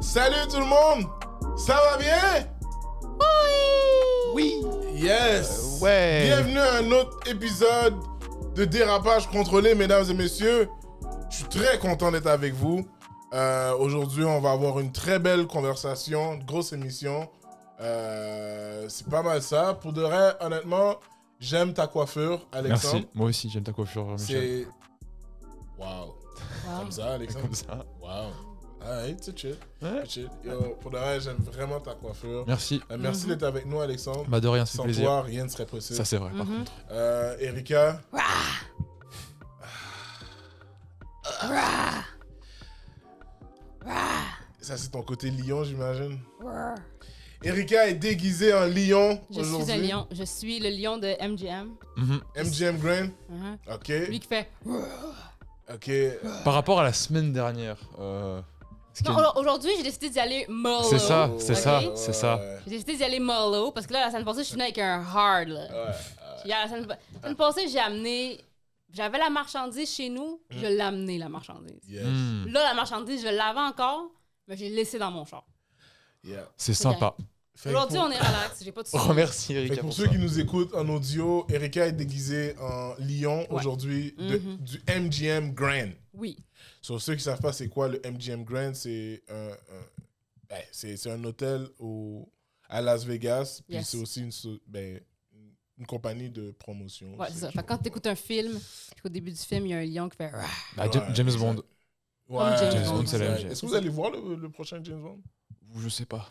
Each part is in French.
Salut tout le monde! Ça va bien? Oui. Yes! Euh, ouais. Bienvenue à un autre épisode de Dérapage contrôlé, mesdames et messieurs. Je suis très content d'être avec vous. Euh, Aujourd'hui, on va avoir une très belle conversation, une grosse émission. Euh, C'est pas mal ça. Pour de vrai, honnêtement, j'aime ta coiffure, Alexandre. Merci. Moi aussi, j'aime ta coiffure, C'est. Michel. Waouh! Comme ça, Alexandre. Comme ça. Waouh! Alright, c'est Ah, chill. Ouais. c'est chill. Yo, pour de vrai, j'aime vraiment ta coiffure. Merci. Euh, merci d'être avec nous, Alexandre. Bah de rien, c'est Sans Mhm. plaisir. toi, rien ne serait possible. Ça c'est vrai. Mhm. par contre. Euh, Erika. Ça, c'est ton côté lion, j'imagine. Erika est déguisée en lion Je suis aujourd'hui. un lion. Je suis le lion de MGM. Mhm. MGM Grand. Mhm. Ok. Lui qui fait. Ok. Euh, Par rapport à la semaine dernière. euh, ce qui Non, est- au- aujourd'hui, j'ai décidé d'y aller mollo. C'est ça, c'est ouais, ça, ouais, c'est ça. Oh. ouais, J'ai décidé d'y aller mollo parce que là, la semaine passée, je suis venue avec un hard. ouais, Là. ouais. Puis la semaine la semaine passée, j'ai amené. J'avais la marchandise chez nous, Mm. je l'ai amenée, la marchandise. Yes. Mhm. Là, la marchandise, je l'avais encore, mais je l'ai laissée dans mon char. Yeah. C'est sympa. Fait que Aujourd'hui, pour- on est relax, j'ai pas de soucis. Remercie Fait que Erika pour pour ceux ça. qui nous écoutent en audio, Erika est déguisée en lion aujourd'hui de- Mhm. du MGM Grand. Oui. Sur ceux qui savent pas c'est quoi le MGM Grand, c'est un, un- ben, c'est c'est un hôtel au, à Las Vegas. Puis Yes. c'est aussi une, so- ben, une- une compagnie de promotion. Ouais, c'est ça. Fait que quand t'écoutes un film, puis qu'au début du film, il y a un lion qui fait. Bah, Ja- Ouais, James exact. Bond. Ouais, James James Bond, Bond, c'est la ouais. MGM. Est-ce que vous allez voir le, le prochain James Bond Je sais pas.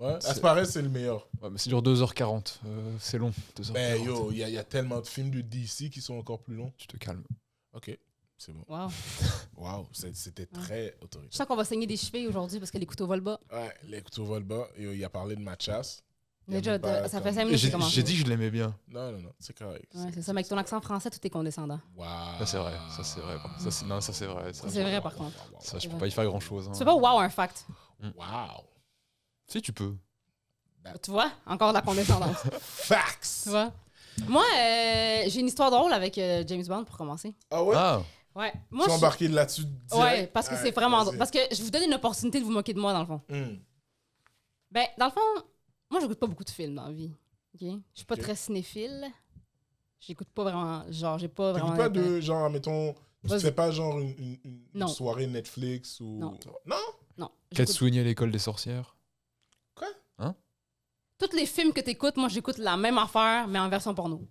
Ouais. À ce C'est- paraît, c'est le meilleur. Ouais, mais ça dure 2h40. euh, c'est long. 2h40. Ben yo, il y, a- il y a tellement de films de DC qui sont encore plus longs. Tu te calmes. Ok, c'est bon. Wow. Waouh, c'est- c'était très Je autoritaire. sens qu'on va saigner des chevilles aujourd'hui parce que les couteaux volent bas. Ouais, les couteaux volent bas. Yo, Il a parlé de ma chasse. Il y a Déjà, même pas de- ça comme- fait 5 minutes que J'ai j'ai commencé. j'ai dit que je l'aimais bien. Non, non, non, c'est correct. Ouais, c'est ça, mais avec ton accent français, tout est condescendant. Waouh. Ça Ah, c'est vrai. Ça c'est vrai. Ça, c'est- non, ça c'est vrai. Ça, C'est vrai, par contre. ça, je peux pas y faire grand chose. C'est pas wow un fact. Wow. Si tu peux. Tu vois, encore de la condescendance. Facts. tu vois. Moi, euh, j'ai une histoire drôle avec euh, James Bond pour commencer. Ah ouais? Ah. Ouais. tu Moi, es je- embarqué là-dessus direct? Ouais, parce que Ouais, c'est vraiment vas-y. drôle. Parce que je vous donne une opportunité de vous moquer de moi, dans le fond. Hmm. Ben, dans le fond, moi, j'écoute pas beaucoup de films dans la vie. OK? Je suis pas Ok. très cinéphile. J'écoute pas vraiment. Genre, j'ai pas vraiment. T'écoutes pas de genre, mettons, tu Vas-y. fais pas genre une, une- une Non. soirée Netflix ou. Non. Non? Non. j'écoute- Katsuni à l'école des sorcières. Tous les films que t'écoutes, moi, j'écoute la même affaire, mais en version porno.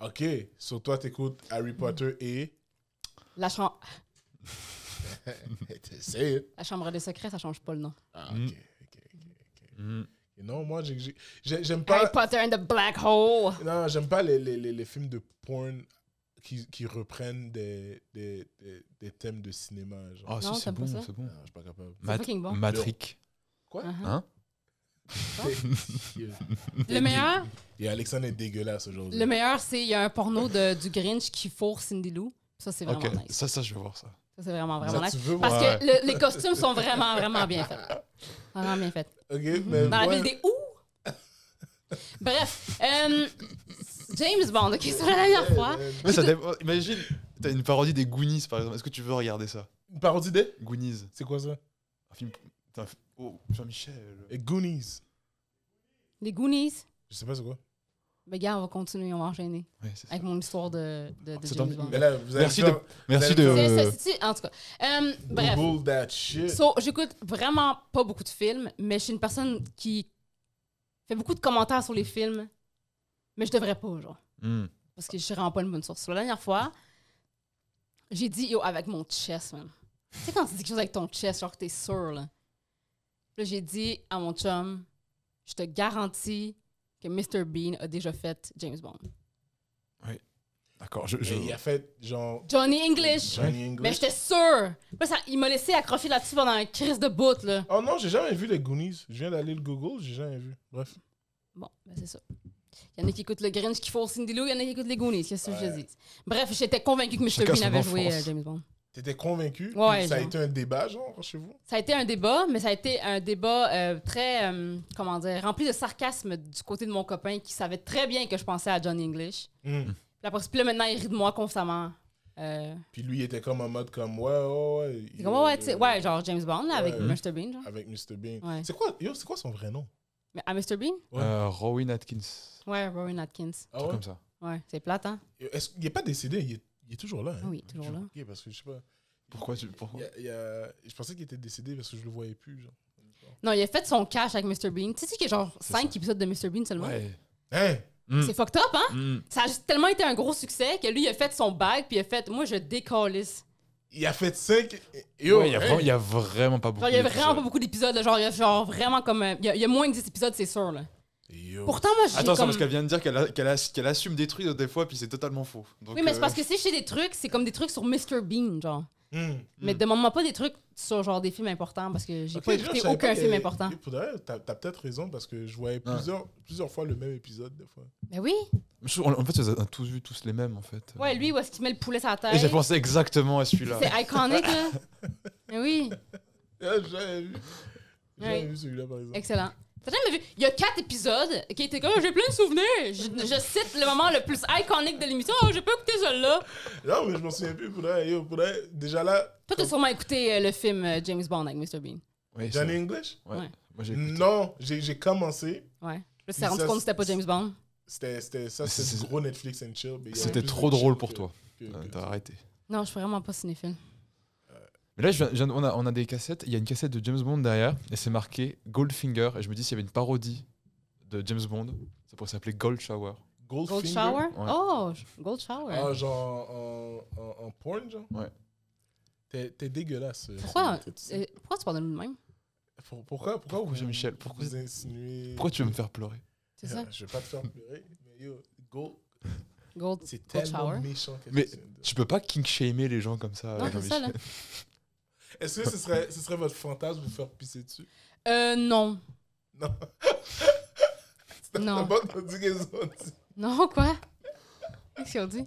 Ok. Sur toi, t'écoutes Harry Potter et. La, chan- C'est it. la chambre des secrets, ça change pas le nom. Ah, Hmm. ok. ok, ok, ok. Et Non, moi, j'ai- j'ai- j'ai- j'aime pas. Harry Potter and the Black Hole. Non, j'aime pas les, les, les, les films de porn qui, qui reprennent des, des, des, des thèmes de cinéma. Genre. Ah, Non, si, c'est t'aimes pas bon, ça c'est bon. Non, je suis pas capable. Mat- fucking bon. Matrix. Uh-huh. Hein Le meilleur, Et Alexandre est dégueulasse aujourd'hui. le meilleur, c'est il y a un porno de, du Grinch qui fourre Cindy Lou. Ça, c'est vraiment Ok, nice. ça, ça, je vais voir ça. Ça, c'est vraiment, Ça, vraiment nice. tu veux voir. Parce Ouais. que le- les costumes sont vraiment, vraiment bien faits. Vraiment bien faits. Ok, mais. Dans la ouais. ville des Ouh! Bref, euh, James Bond, ok, c'est la dernière fois. Euh, Mais ça dépend- Imagine, t'as une parodie des Goonies par exemple. Est-ce que tu veux regarder ça Une parodie des Goonies. C'est quoi ça Un film. t'as un fi- Oh, Jean-Michel. Et Goonies. Les Goonies. Je sais pas c'est quoi. Mais gars, on va continuer, on va enchaîner Ouais, c'est ça. avec mon histoire de, de, de C'est James un- Bond. Mais là, vous allez Merci faire Merci Vous allez C'est- de. c'est- c'est- en tout cas, euh, bref. Google that shit. So, j'écoute vraiment pas beaucoup de films, mais je suis une personne qui fait beaucoup de commentaires sur les films, mais je devrais pas, genre, Hmm. parce que je suis vraiment pas une bonne source. La dernière fois, j'ai dit, yo, avec mon chest, man. Tu sais, quand tu dis quelque chose avec ton chest, genre que t'es sûr, là. Là, j'ai dit à mon chum, je te garantis que Mr. Bean a déjà fait James Bond. D'accord, je. je- Et il a fait genre. Johnny English! Johnny Mais English. j'étais sûr! Là, ça- il m'a laissé accrocher là-dessus pendant un crise de bout, là. Oh non, j'ai jamais vu les Goonies. Je viens d'aller le Google, j'ai jamais vu. Bref. Bon, ben c'est ça. Il y en a qui écoutent le Grinch qui font Cindy Lou, il y en a qui écoutent les Goonies, qu'est-ce que je Ouais. dis? Bref, j'étais convaincue que Mr. Chacun Bean son avait joué enfance. euh, James Bond. T'étais convaincu Puis Ouais, Ça a genre. été un débat, genre, chez vous Ça a été un débat, mais ça a été un débat euh, très, euh, comment dire, rempli de sarcasme du côté de mon copain qui savait très bien que je pensais à Johnny English. Hmm. Puis après, puis là, maintenant, il rit de moi constamment Euh, Puis lui, il était comme en mode comme ouais, ouais, ouais. c'est yo, comme, ouais, ouais, euh, tu sais, ouais, genre James Bond là, avec Ouais. Mr. Bean. Genre. Avec Mr. Bean. Ouais. C'est quoi, yo, c'est quoi son vrai nom? Mais à Mr. Bean? Ouais. Euh, Rowan Atkins. Ouais, Rowan Atkins. Ah un truc ouais? comme ça. Ouais, c'est plate, hein? Est-ce qu'il n'est pas décédé? Il est, il est toujours là. hein? Ah oui, toujours Je- là. ok, parce que je sais pas. Pourquoi tu. Pourquoi Il y a- il y a- Je pensais qu'il était décédé parce que je le voyais plus. Genre. Non, il a fait son cash avec Mr. Bean. Tu sais qu'il y a genre C'est 5 ça. épisodes de Mr. Bean seulement? Ouais. Hein? Mm. C'est fucked up, hein? Mm. Ça a juste tellement été un gros succès que lui, il a fait son bague, puis il a fait, moi, je décalisse. Il a fait 5. Yo, Ouais, il y a hein? vraiment- il y a vraiment pas beaucoup. Genre, il y a d'épisodes. vraiment pas beaucoup d'épisodes, là, genre, il y a genre vraiment comme. euh, Il y a, il y a moins de 10 épisodes, c'est sûr, là. Yo. Pourtant, moi, j'ai. Attends, c'est comme... parce qu'elle vient de dire qu'elle a- qu'elle a- qu'elle assume des trucs des fois, puis c'est totalement faux. Donc, Oui, mais euh, c'est parce que si je sais des trucs, c'est comme des trucs sur Mr. Bean, genre. Hmm. Mais demande-moi pas des trucs sur genre des films importants parce que j'ai Ok, pas genre, je écouté savais aucun pas qu'il y film avait- important. Pour de vrai, t'as t'as peut-être raison parce que je voyais plusieurs, plusieurs fois le même épisode des fois. Mais oui. je trouve- En en fait, on a tous vu tous les mêmes, en fait. Ouais, lui, où est-ce qu'il met le poulet sur la Et j'ai tête? pensé exactement à celui-là. C'est iconique, là. Mais oui. Ah, J'avais vu, j'avais Ouais. vu celui-là par exemple. Excellent. T'as jamais vu? Il y a quatre épisodes qui étaient comme j'ai plein de souvenirs. Je, je cite le moment le plus iconique de l'émission. Oh, j'ai pas écouté celui-là. Non, mais je m'en souviens plus. Pour de vrai, yo, pour de vrai, déjà là, Toi, t'as sûrement écouté euh, le film euh, James Bond avec Mr. Bean. Oui, c'est- Johnny English ouais. Ouais. Moi, j'ai- Non, j'ai j'ai commencé. Ouais. Je me suis Mais rendu ça, compte que c'était pas c'est- James Bond. C'était c'était- ça, Mais c'était c'est- du gros Netflix and chill. mais il y avait C'était plus trop de drôle chill pour que- toi. que- Euh, que- T'as arrêté. Non, je suis vraiment pas cinéphile. Mais là, je viens- je viens de- on, a, on a des cassettes. Il y a une cassette de James Bond derrière, et c'est marqué Goldfinger. Et je me dis, s'il y avait une parodie de James Bond, ça pourrait s'appeler Gold Shower. Gold Goldfinger? Shower? Ouais. Oh, je- Gold Shower. Ah, genre en, en, en porn, genre Ouais. T'es t'es dégueulasse. euh, Pourquoi, c'est- c'est- euh, pourquoi tu parles de nous de même? Pour- Pourquoi, pourquoi, vous- Jean-Michel, pourquoi- vous insinuez Euh, Pourquoi tu veux me faire pleurer C'est ça? Je vais pas te faire pleurer, mais yo, go, Gold. Euh, c'est Gold tellement shower. méchant. qu'est-ce Mais- que tu viens de dire. Tu peux pas kink-shamer les gens comme ça. Non, euh, c'est ça, là. Jean-Michel. Est-ce que ce serait, ce serait votre fantasme de vous faire pisser dessus Euh, non. Non. C'est Non. la bonne qu'on dit qu'ils ont dit. Non, quoi? Qu'est-ce qu'ils ont dit?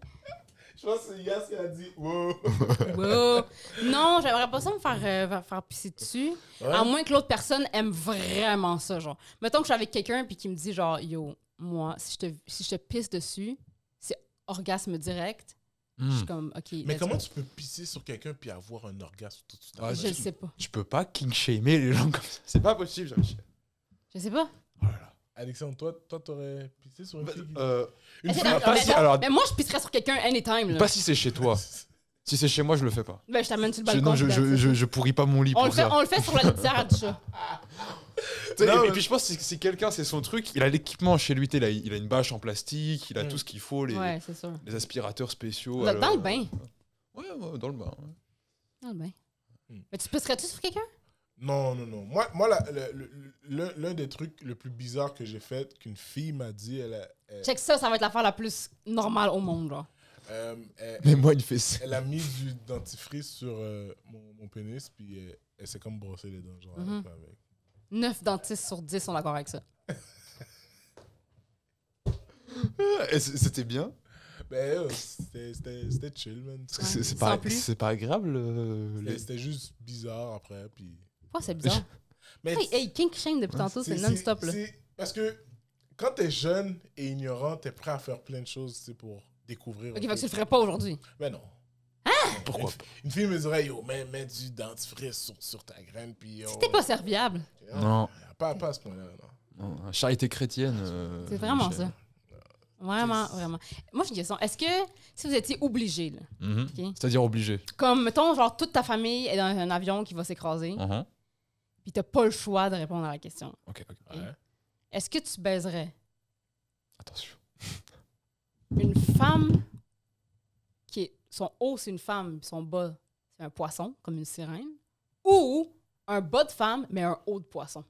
Je pense que c'est Yas qui a dit wow. Ah, Wow. Non, j'aimerais pas ça me faire, euh, faire- faire pisser dessus. À moins que l'autre personne aime vraiment ça, genre. Mettons que je suis avec quelqu'un puis qui me dit, genre, yo, moi, si je te, si je te pisse dessus, c'est orgasme direct. Je suis Hmm. comme, OK. Mais let's comment go. tu peux pisser sur quelqu'un puis avoir un orgasme tout de suite Ah, après? Je le sais pas. Tu peux pas kink-shamer les gens comme ça. C'est pas possible, Jean-Michel. Je sais pas. Oh là là. Alexandre, toi, toi, t'aurais pissé sur une Bah, fille qui- euh, Une Est-ce fille que- Ah, pas mais si- non, alors- mais moi, je pisserais sur quelqu'un anytime. Là. Pas si c'est chez toi. Si c'est chez moi, je le fais pas. Ben, je t'amène sur le Je, balcon. non, je, puis je, that's it. je, je pourris pas mon lit on, pour le fait, ça. on le fait sur la litière du chat. T'sais, Non, et, mais- puis je pense que si- si quelqu'un c'est son truc, il a l'équipement chez lui, t'sais, il a, il a une bâche en plastique, il a Mm. tout ce qu'il faut, les, Ouais, Bah, c'est sûr. les aspirateurs spéciaux. euh, alors- Dans- dans le bain. Ouais, ouais, dans le bain. ouais. Ah ben. Hmm. Mais tu pisserais-tu sur quelqu'un? Non, non, non. Moi, moi la- le- le- l'un l'un des trucs le plus bizarre que j'ai fait, qu'une fille m'a dit, elle, a- elle- Check ça, ça va être l'affaire la plus normale au monde, genre. euh, elle- Mais moi, il fait ça. elle a mis du dentifrice sur euh, mon, mon pénis, puis elle, elle s'est comme brossée les dents, genre Mhm. avec- avec. 9 dentistes sur 10 sont d'accord avec ça. Et c- C'était bien. Ben, euh, c'était- c'était c'était chill, man. Parce que c'est- Ouais, c'est sans pas, plus. c'est pas agréable. euh, C'était les- c'était juste bizarre après, puis... Pourquoi c'est bizarre? Mais Hey, hey, King Shane depuis tantôt, c'est non-stop, là. c'est- Parce que quand t'es jeune et ignorant, t'es prêt à faire plein de choses, c'est pour découvrir. Ok, un fait que peu. tu le ferais pas aujourd'hui. Mais non. Pourquoi Une, une fille me dirait, yo, mets, mets du dentifrice sur, sur ta graine, puis... Si oh, t'es pas serviable, non, Non, Pas, pas à ce point-là, non. non, charité chrétienne. euh, c'est vraiment Michel. ça. Vraiment, C'est- vraiment. Moi, j'ai une question. Est-ce que si vous étiez obligé, là, Mhm. Ok. C'est-à-dire obligé. comme, mettons, genre, toute ta famille est dans un avion qui va s'écraser, Mhm. puis t'as pas le choix de répondre à la question, Ok, ok. Ok. est-ce que tu baiserais Attention. une femme qui est son haut c'est une femme puis son bas c'est un poisson comme une sirène ou un bas de femme mais un haut de poisson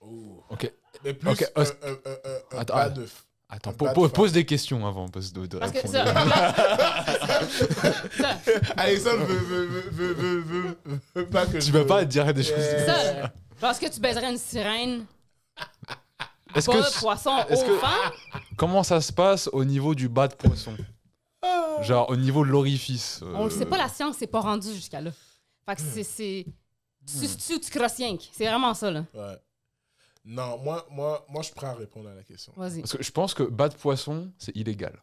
Oh. Ok. Mais plus Ok, un, os- un, un, un, un Attends. pas de... f- Attends, Un po- bad po- fan. pose des questions avant parce de, de parce que répondre. ça, ça, Alexandre veut, veut, veut, veut, veut, veut, veut, veut pas que Tu je- vas pas dire des Yeah. choses. ça, là. Genre, est-ce que tu baiserais une sirène Est-ce bas que poisson est-ce haut que- femme comment ça se passe au niveau du bas de poisson Genre au niveau de l'orifice. on euh, le sait pas la science c'est pas rendu jusqu'à là fait que c'est c'est Hmm. tu suces-tu ou tu crosses rien que? c'est vraiment ça là Ouais. Non, moi, moi, moi, je suis prêt à répondre à la question. vas-y Parce que je pense que bas de poisson, c'est illégal.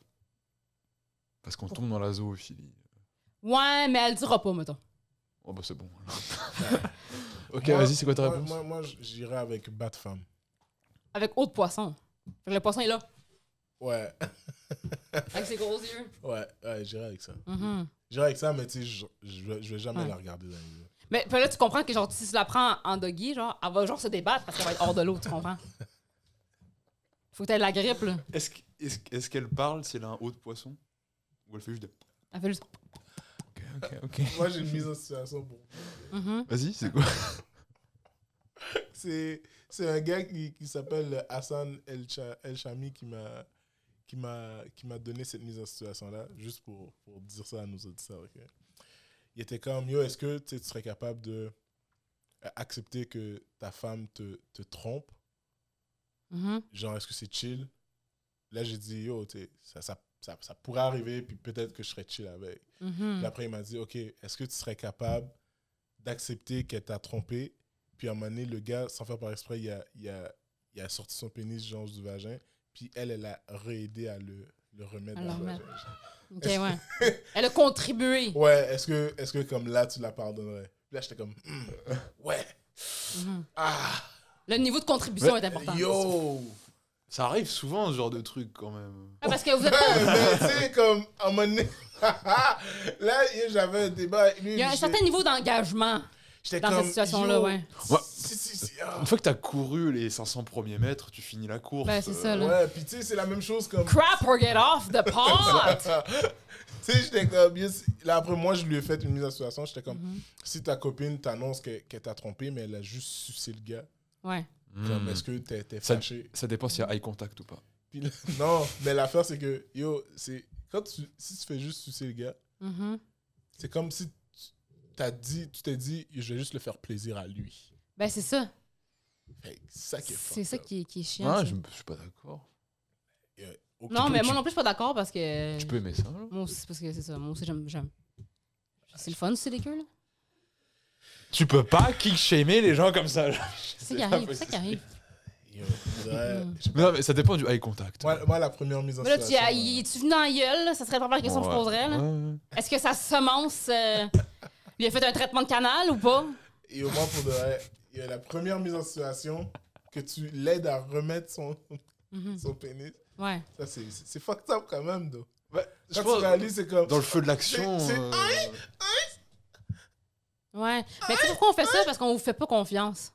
Parce qu'on tombe dans la zoophilie. Ouais, mais elle dira pas, mettons. Oh bah c'est bon. ok, vas-y, c'est quoi ta moi- réponse Moi, moi, j'irais avec Bat Femme. Avec autre poisson. Fait que le poisson est là, Ouais, avec ses gros yeux. ouais, ouais, j'irais avec ça. Mhm. J'irais avec ça, mais tu sais, je, je, vais- je vais jamais Ouais. la regarder dans les yeux. Mais puis là, tu comprends que genre, si tu la prends en doggy, genre, elle va genre se débattre parce qu'elle va être hors de l'eau, tu comprends? Faut que t'aies de la grippe, là. Est-ce qu- est-ce- est-ce qu'elle parle si elle a un haut de poisson Ou elle fait juste des. Elle fait juste. Ok, ok, ok. Moi, j'ai une mise en situation pour. Mhm. Vas-y, c'est quoi C'est c'est un gars qui, qui s'appelle Hassan El, Cha- El Chami qui m'a qui m'a qui m'a donné cette mise en situation là juste pour, pour dire ça à nos auditeurs ok? il était comme yo est-ce que tu sais, tu serais capable de euh, accepter que ta femme te, te trompe Mhm. genre est-ce que c'est chill là j'ai dit yo tu sais, ça, ça, ça, ça pourrait arriver puis peut-être que je serais chill avec Mhm. puis après, il m'a dit, OK, est-ce que tu serais capable d'accepter qu'elle t'a trompé? Puis à un moment donné, le gars, sans faire par exprès, il a, il a, il a sorti son pénis, genre, du vagin. Puis elle, elle a réaidé à le, le remettre À le dans le remettre. vagin. Ok, ouais. Elle a contribué. Ouais, est-ce que, est que comme là, tu la pardonnerais? Puis là, j'étais comme, Hmm, ouais. Mhm. Ah, Le niveau de contribution est important. yo! Ça arrive souvent ce genre de truc quand même. Ah, parce que vous êtes Ouais, pas. mais tu sais, comme, à un moment donné, là, j'avais un débat avec lui. Il y a un j'étais- certain niveau d'engagement. j'étais dans cette comme, situation-là, yo, ouais. si- Ouais. si- si- si, ah. Une fois que t'as couru les 500 premiers mètres, tu finis la course. euh, Ben, c'est ça, là. Ouais, puis tu sais, c'est la même chose comme. Crap or get off the pot! tu sais, j'étais comme. yo, si- Là, après, moi, je lui ai fait une mise en situation. J'étais comme, Mhm. si ta copine t'annonce que- qu'elle t'a trompé, mais elle a juste sucé le gars, Ouais. Hmm. comme, est-ce que t'es t'es Ça- fâché Ça dépend s'il y a eye contact ou pas. Puis là- Non, mais l'affaire, c'est que, yo, c'est. Quand tu. Si tu fais juste sucer le gars, Mhm. c'est comme si tu t'as dit, tu t'es dit, je vais juste le faire plaisir à lui. Ben, c'est ça. Fait que c'est ça qui est C'est ça fucked up. qui est, qui est chiant. Ouais, ça. je, je suis pas d'accord. Ok. Non, Tu mais peux- tu- moi non plus, je suis pas d'accord parce que. Tu peux aimer ça, là Moi aussi, parce que c'est ça. Moi aussi, j'aime. j'aime. C'est le fun, c'est les queues, là. Tu peux pas kick-shamer les gens comme ça. C'est ça qui arrive. C'est ça qui arrive. Yo, faudrait- Mhm. je sais pas. Non, mais ça dépend du eye contact. moi, moi, la première mise en Mais là, tu, situation. as, euh, y- tu venu en gueule, là? ça serait la première question que je Ouais. poserais. là. Ouais. Est-ce que sa semence euh, lui a fait un traitement de canal ou pas? Et au moins, pour de vrai, il y a la première mise en situation que tu l'aides à remettre son, Mhm. son pénis. Ouais. Ça, c'est- c'est c'est fucked up quand même, though. Ouais, je Quand pense- tu réalises, c'est comme. Dans le feu de l'action. C'est- c'est- euh, Ouais. Mais tu sais pourquoi on fait ça? Parce qu'on vous fait pas confiance.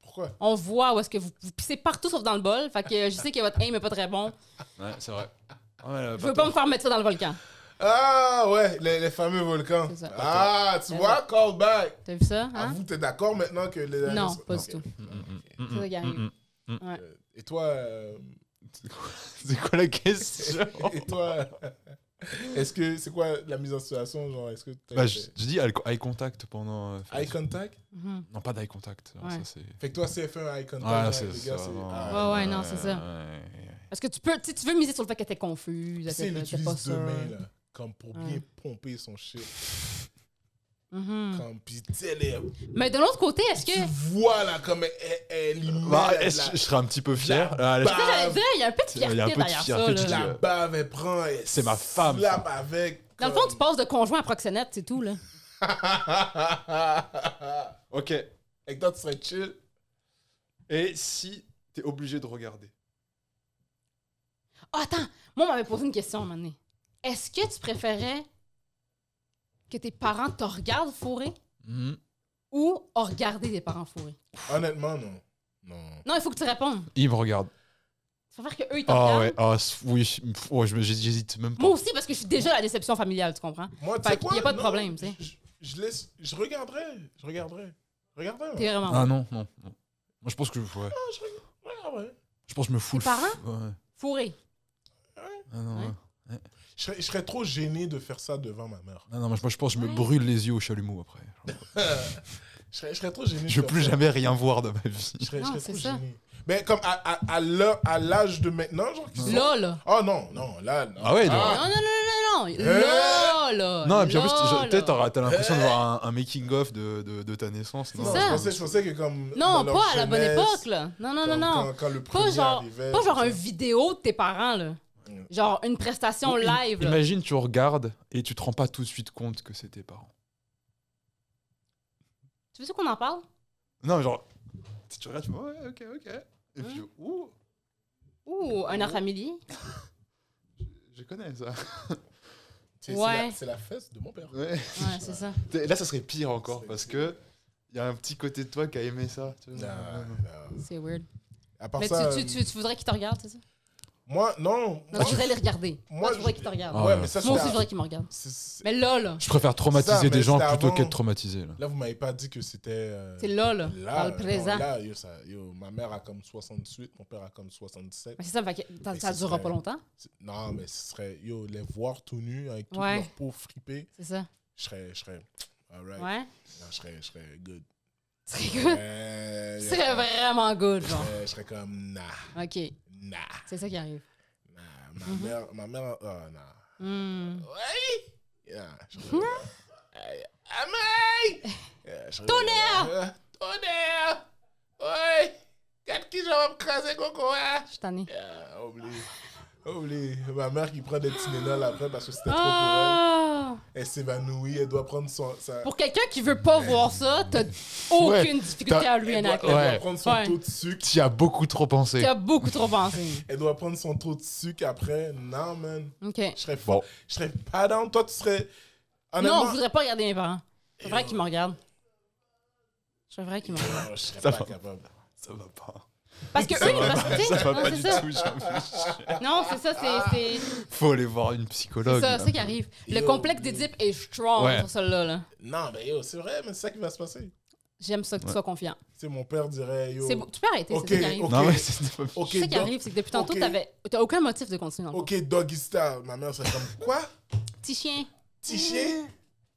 Pourquoi On voit où est-ce que vous, vous pissez partout sauf dans le bol. Fait que je sais que votre aim est pas très bon. Ouais, c'est vrai. Ah, mais, euh, Je veux pas pas me faire mettre ça dans le volcan. Ah ouais, les, les fameux volcans. C'est ça. Ah, tu C'est vois, call back. T'as vu ça? Ah, Hein? vous, t'es d'accord maintenant que les. Non, les- pas Ok. du tout. toi. Mm, mm, C'est ça qui arrive. mm, mm. Euh, Et toi. euh, C'est quoi la question et toi. Est-ce que. C'est quoi la mise en situation Genre, est-ce que. t'as- Bah, je, je dis eye co- eye contact pendant. euh, Eye contact Mhm. Non, pas d'eye contact. Alors, Ouais. ça, c'est... Fait que toi, CF1, eye contact. Ah, avec c'est les ça. gars, c'est- non. ah, Ouais, ouais, non, c'est ça. Ouais, ouais. Parce que tu peux, tu sais, tu veux miser sur le fait que t'es confuse, Tu que sais, il t'es- t'es pas utilise deux sûre. mains, là, comme pour bien Ouais. pomper son shit. Mhm. Comme, puis tu sais, les- Mais de l'autre côté, est-ce que. tu vois, là, comme elle, elle émane Bah, la- Bah, est-ce que je serais un petit peu fier. Ah, bave. là, Ça, j'allais dire, il y a un peu de Il y a un peu de fierté derrière ça. fierté là. qui- la bave, elle prend, elle C'est ma femme, slappe avec. Dans le fond, tu passes de conjoint à proxénète, c'est tout, là. tu... je- Ok. Avec toi, tu serais chill. Et si t'es obligé de regarder Ah, attends, moi, on m'avait posé une question à un moment donné. Est-ce que tu préférais que tes parents te regardent fourrer Hmm. ou à regarder tes parents fourrer? Honnêtement, non. Non. Non, il faut que tu répondes. Il me regarde. Tu préfères qu'eux, ils te Ah regardent? ouais, ah, s- oui, je- pff, ouais, je me- j'hésite même pas. Moi aussi, parce que je suis déjà la déception familiale, tu comprends? Moi, tu Fait sais qu'il quoi? y a pas de Non, problème, tu sais. Je, je laisse... Je regarderai. Je regarderai. Regarderai. T'es ouais. vraiment. Ah non, non, non. Moi je pense que ouais. Ah, je regarde- je regarderai. je pense que je me fous. Tes le f- ouais. Fourré. Ah, non, Ouais. ouais. Je serais, je serais trop gêné de faire ça devant ma mère. Ah, non, moi je je pense que je me Ouais. brûle les yeux au chalumeau après. Je serais, je serais trop gêné. de Je veux faire plus ça. jamais rien voir de ma vie. Je serais, je Non, serais c'est trop ça. gêné. Mais comme à, à, à l'heure- à l'âge de maintenant, genre. qu'ils sont- Là, là. Oh non, non, là, non. Ah ouais, non. Non, non, non, non, non, non. Euh. Là, là. Non, et puis en plus, Oh là, je- là. peut-être t'auras- t'as l'impression de voir un, making-of de, de, de ta naissance. C'est Non, ça. Je pensais, je pensais que comme. dans Non, leur pas à la bonne jeunesse, époque, là. Non, non, non, comme non. Quand, quand le Pas premier genre- arrivait, Pas genre tout un ça. vidéo de tes parents, là. Ouais. Genre, une prestation Ou im- live. là. Imagine, tu regardes et tu te rends pas tout de suite compte que c'est tes parents. Tu veux qu'on en parle? Non, genre, tu tu regardes, tu fais, ouais, ok, ok. Et puis, ouh, Ouh, un art familier. je connais ça. C'est Ouais. la- c'est la, fesse de mon père. Ouais. Ouais, c'est ça. Et Là, ça serait pire encore C'est- parce c'est- que il y a un petit côté de toi qui a aimé ça. tu vois. Non, non. C'est weird. À part Mais ça, tu, euh, tu, tu, tu voudrais qu'ils te regardent, c'est ça? moi, non. Non, moi, tu voudrais les regarder. moi, Moi, tu je- voudrais qu'ils te regardent. Ah, Ouais, mais ça, c'est Moi aussi, la- je voudrais qu'ils me regardent. c'est- c'est- Mais là, là. Je préfère traumatiser C'est ça, mais des gens c'était plutôt avant. que de traumatiser. Là. Là, vous m'avez pas dit que c'était. euh, C'est là, là. là, dans le non, présent. là, yo, ça- yo, ma mère a comme 68, mon père a comme 67. Mais c'est ça, fait que ça, Mais ça ce durera serait- pas longtemps. C'est- Non, mais ce serait, yo, les voir tout nus avec toute Ouais. leur peau fripée, C'est ça. je serais, je serais, alright. Ouais. Non, je serais, je serais good. C'est good. Euh, yo, C'est vraiment good, genre. euh, Je serais comme, nah, OK. nah, C'est ça qui arrive. nah. Ma Mhm. mère, ma mère, oh, nah. Hmm. Oh. Yeah, je serais, Aïe, aïe, aïe. Yeah, je serais- Tonnerre! Euh, Tonnerre! Ouais! Quatre qui je vais me craser, coco, hein? Je suis tannée. Yeah, oublie. Oublie. Ma mère qui prend des Tylenol après parce que c'était trop pour elle. Ah! Elle s'évanouit, elle doit prendre son, sa- Pour quelqu'un qui veut pas voir ça, t'as aucune difficulté t'as- à lui elle en doit, elle accueillir. doit Ouais. prendre son Ouais. taux de sucre. Tu y as beaucoup trop pensé. T'as beaucoup trop pensé. Elle doit prendre son taux de sucre après. Non, man. OK. Je serais, Bon. je serais pas dans. Toi, tu serais. Non, je Honnêtement, voudrais pas regarder mes parents. C'est vrai qu'ils me regardent. C'est vrai qu'ils me regardent. non, je serais Ça pas va. capable. Ça va pas. Parce que eux, ils me tu sais, Ça va non, pas c'est du ça. tout, Jean-Michel. Non, c'est ça, c'est- c'est Faut aller voir une psychologue. c'est ça, là. c'est ça qui arrive. Le Yo. complexe d'Édipe est strong Ouais. sur celle-là. là. Non, mais yo, c'est vrai, mais c'est ça qui va se passer. J'aime ça que tu Ouais. sois confiant. Tu sais, mon père dirait, yo. C'est beau. Tu peux arrêter, Ok, c'est ça qui arrive. ok. Non, mais c'est pas Ok, C'est ça qui dog- arrive, c'est que depuis tantôt, Ok. t'avais- t'as aucun motif de continuer. dans le Ok, doggy style. Ma mère serait comme, quoi fond. Petit chien. Petit chien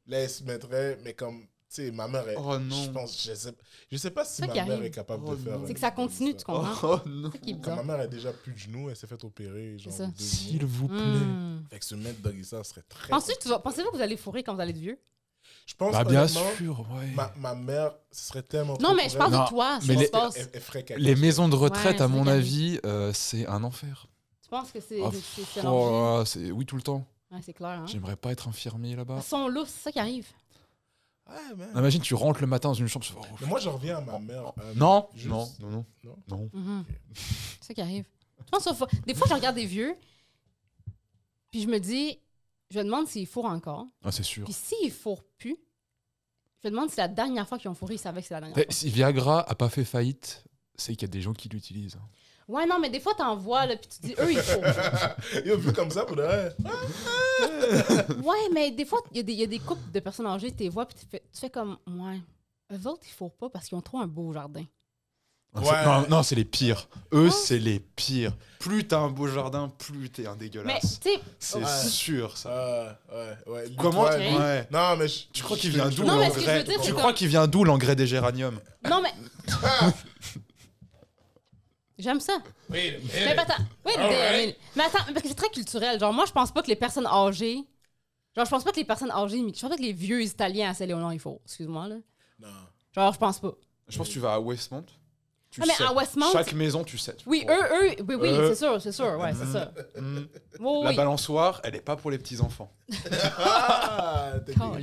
Là, elle se mettrait, mais comme. Tu sais, ma mère est. Eh, Oh Je non. pense, je sais, je sais pas si Ça ma qui mère arrive. est capable de Oh faire. non. euh, C'est que ça continue, tu ça. comprends? Oh non. C'est ça qui est Quand ma bizarre. mère a déjà plus de genoux, elle s'est fait opérer. Genre, C'est ça. deux genoux. S'il vous plaît. Hmm. Fait que se mettre doggy style serait très. Pensez-vous que tu vas- pensez-vous que vous allez fourrer quand vous allez être vieux? Je pense Bah, bien honnêtement, sûr, ouais. Ma, ma mère ce serait tellement. Non, trop mais je pour parle elle. Non, de toi, mais je les- pense. Elle, elle ferait caca. Les maisons de retraite, Ouais, à c'est mon vrai. avis, euh, c'est un enfer. Tu penses que c'est Ah, c'est- c'est- c'est pff, l'enjeu? oh là là, c'est- oui, tout le temps. Ouais, c'est clair. Hein? J'aimerais pas être infirmier là-bas. Ils sont lourds, c'est ça qui arrive. Ah, Ouais, man. Non, Imagine, tu rentres le matin dans une chambre. tu fais, oh, Mais moi, je reviens à ma mère. euh, non, juste- non, non, non, Non. non. Mhm. C'est ça qui arrive. Je pense aux fois- Des fois, je regarde des vieux, puis je me dis, je me demande s'ils fourrent encore. Ah, c'est sûr. Puis s'ils fourrent plus, je me demande si la dernière fois qu'ils ont fourré, ils savaient que c'est la dernière Eh, fois. Si Viagra a pas fait faillite, c'est qu'il y a des gens qui l'utilisent. hein. Ouais, non, mais des fois, t'en vois, là, puis tu dis, eux, ils fourrent. Yo, vu comme ça, pour de vrai. ouais, mais des fois, il y, a des- il y a des couples de personnes âgées, tu les vois, puis tu fais, tu fais comme, ouais, eux autres, ils fourrent pas parce qu'ils ont trop un beau jardin. Non, c'est- Ouais. Non, non, c'est les pires. Eux, Oh. c'est les pires. Plus t'as un beau jardin, plus t'es un Mais, dégueulasse. tu sais, C'est Ouais. sûr, ça. Ah, ouais, ouais. lui, Comment ouais, tu- lui- ouais. Non, mais. je- Tu crois je- qu'il vient je- d'où Non, mais ce que je l'engrais veux dire, c'est Tu que- crois qu'il vient d'où l'engrais des géraniums non, mais. J'aime ça. Oui, Mais attends, wait a All right. minute. Mais attends, parce que c'est très culturel. Genre, moi, je pense pas que les personnes âgées. Genre, je pense pas que les personnes âgées. mais Je pense pas que les vieux Italiens à Saint-Léonard, il faut. Excuse-moi, là. Non. Genre, je pense pas. Je pense que tu vas à Westmont. Tu Ah, mais sais. à Westmount- Chaque maison, tu sais. tu Oui, vois. eux, eux, oui, oui, Euh. c'est sûr, c'est sûr, ouais, c'est ça. Mm. Oui, La oui. balançoire, elle est pas pour les petits enfants. Ah, t'es dégueulasse.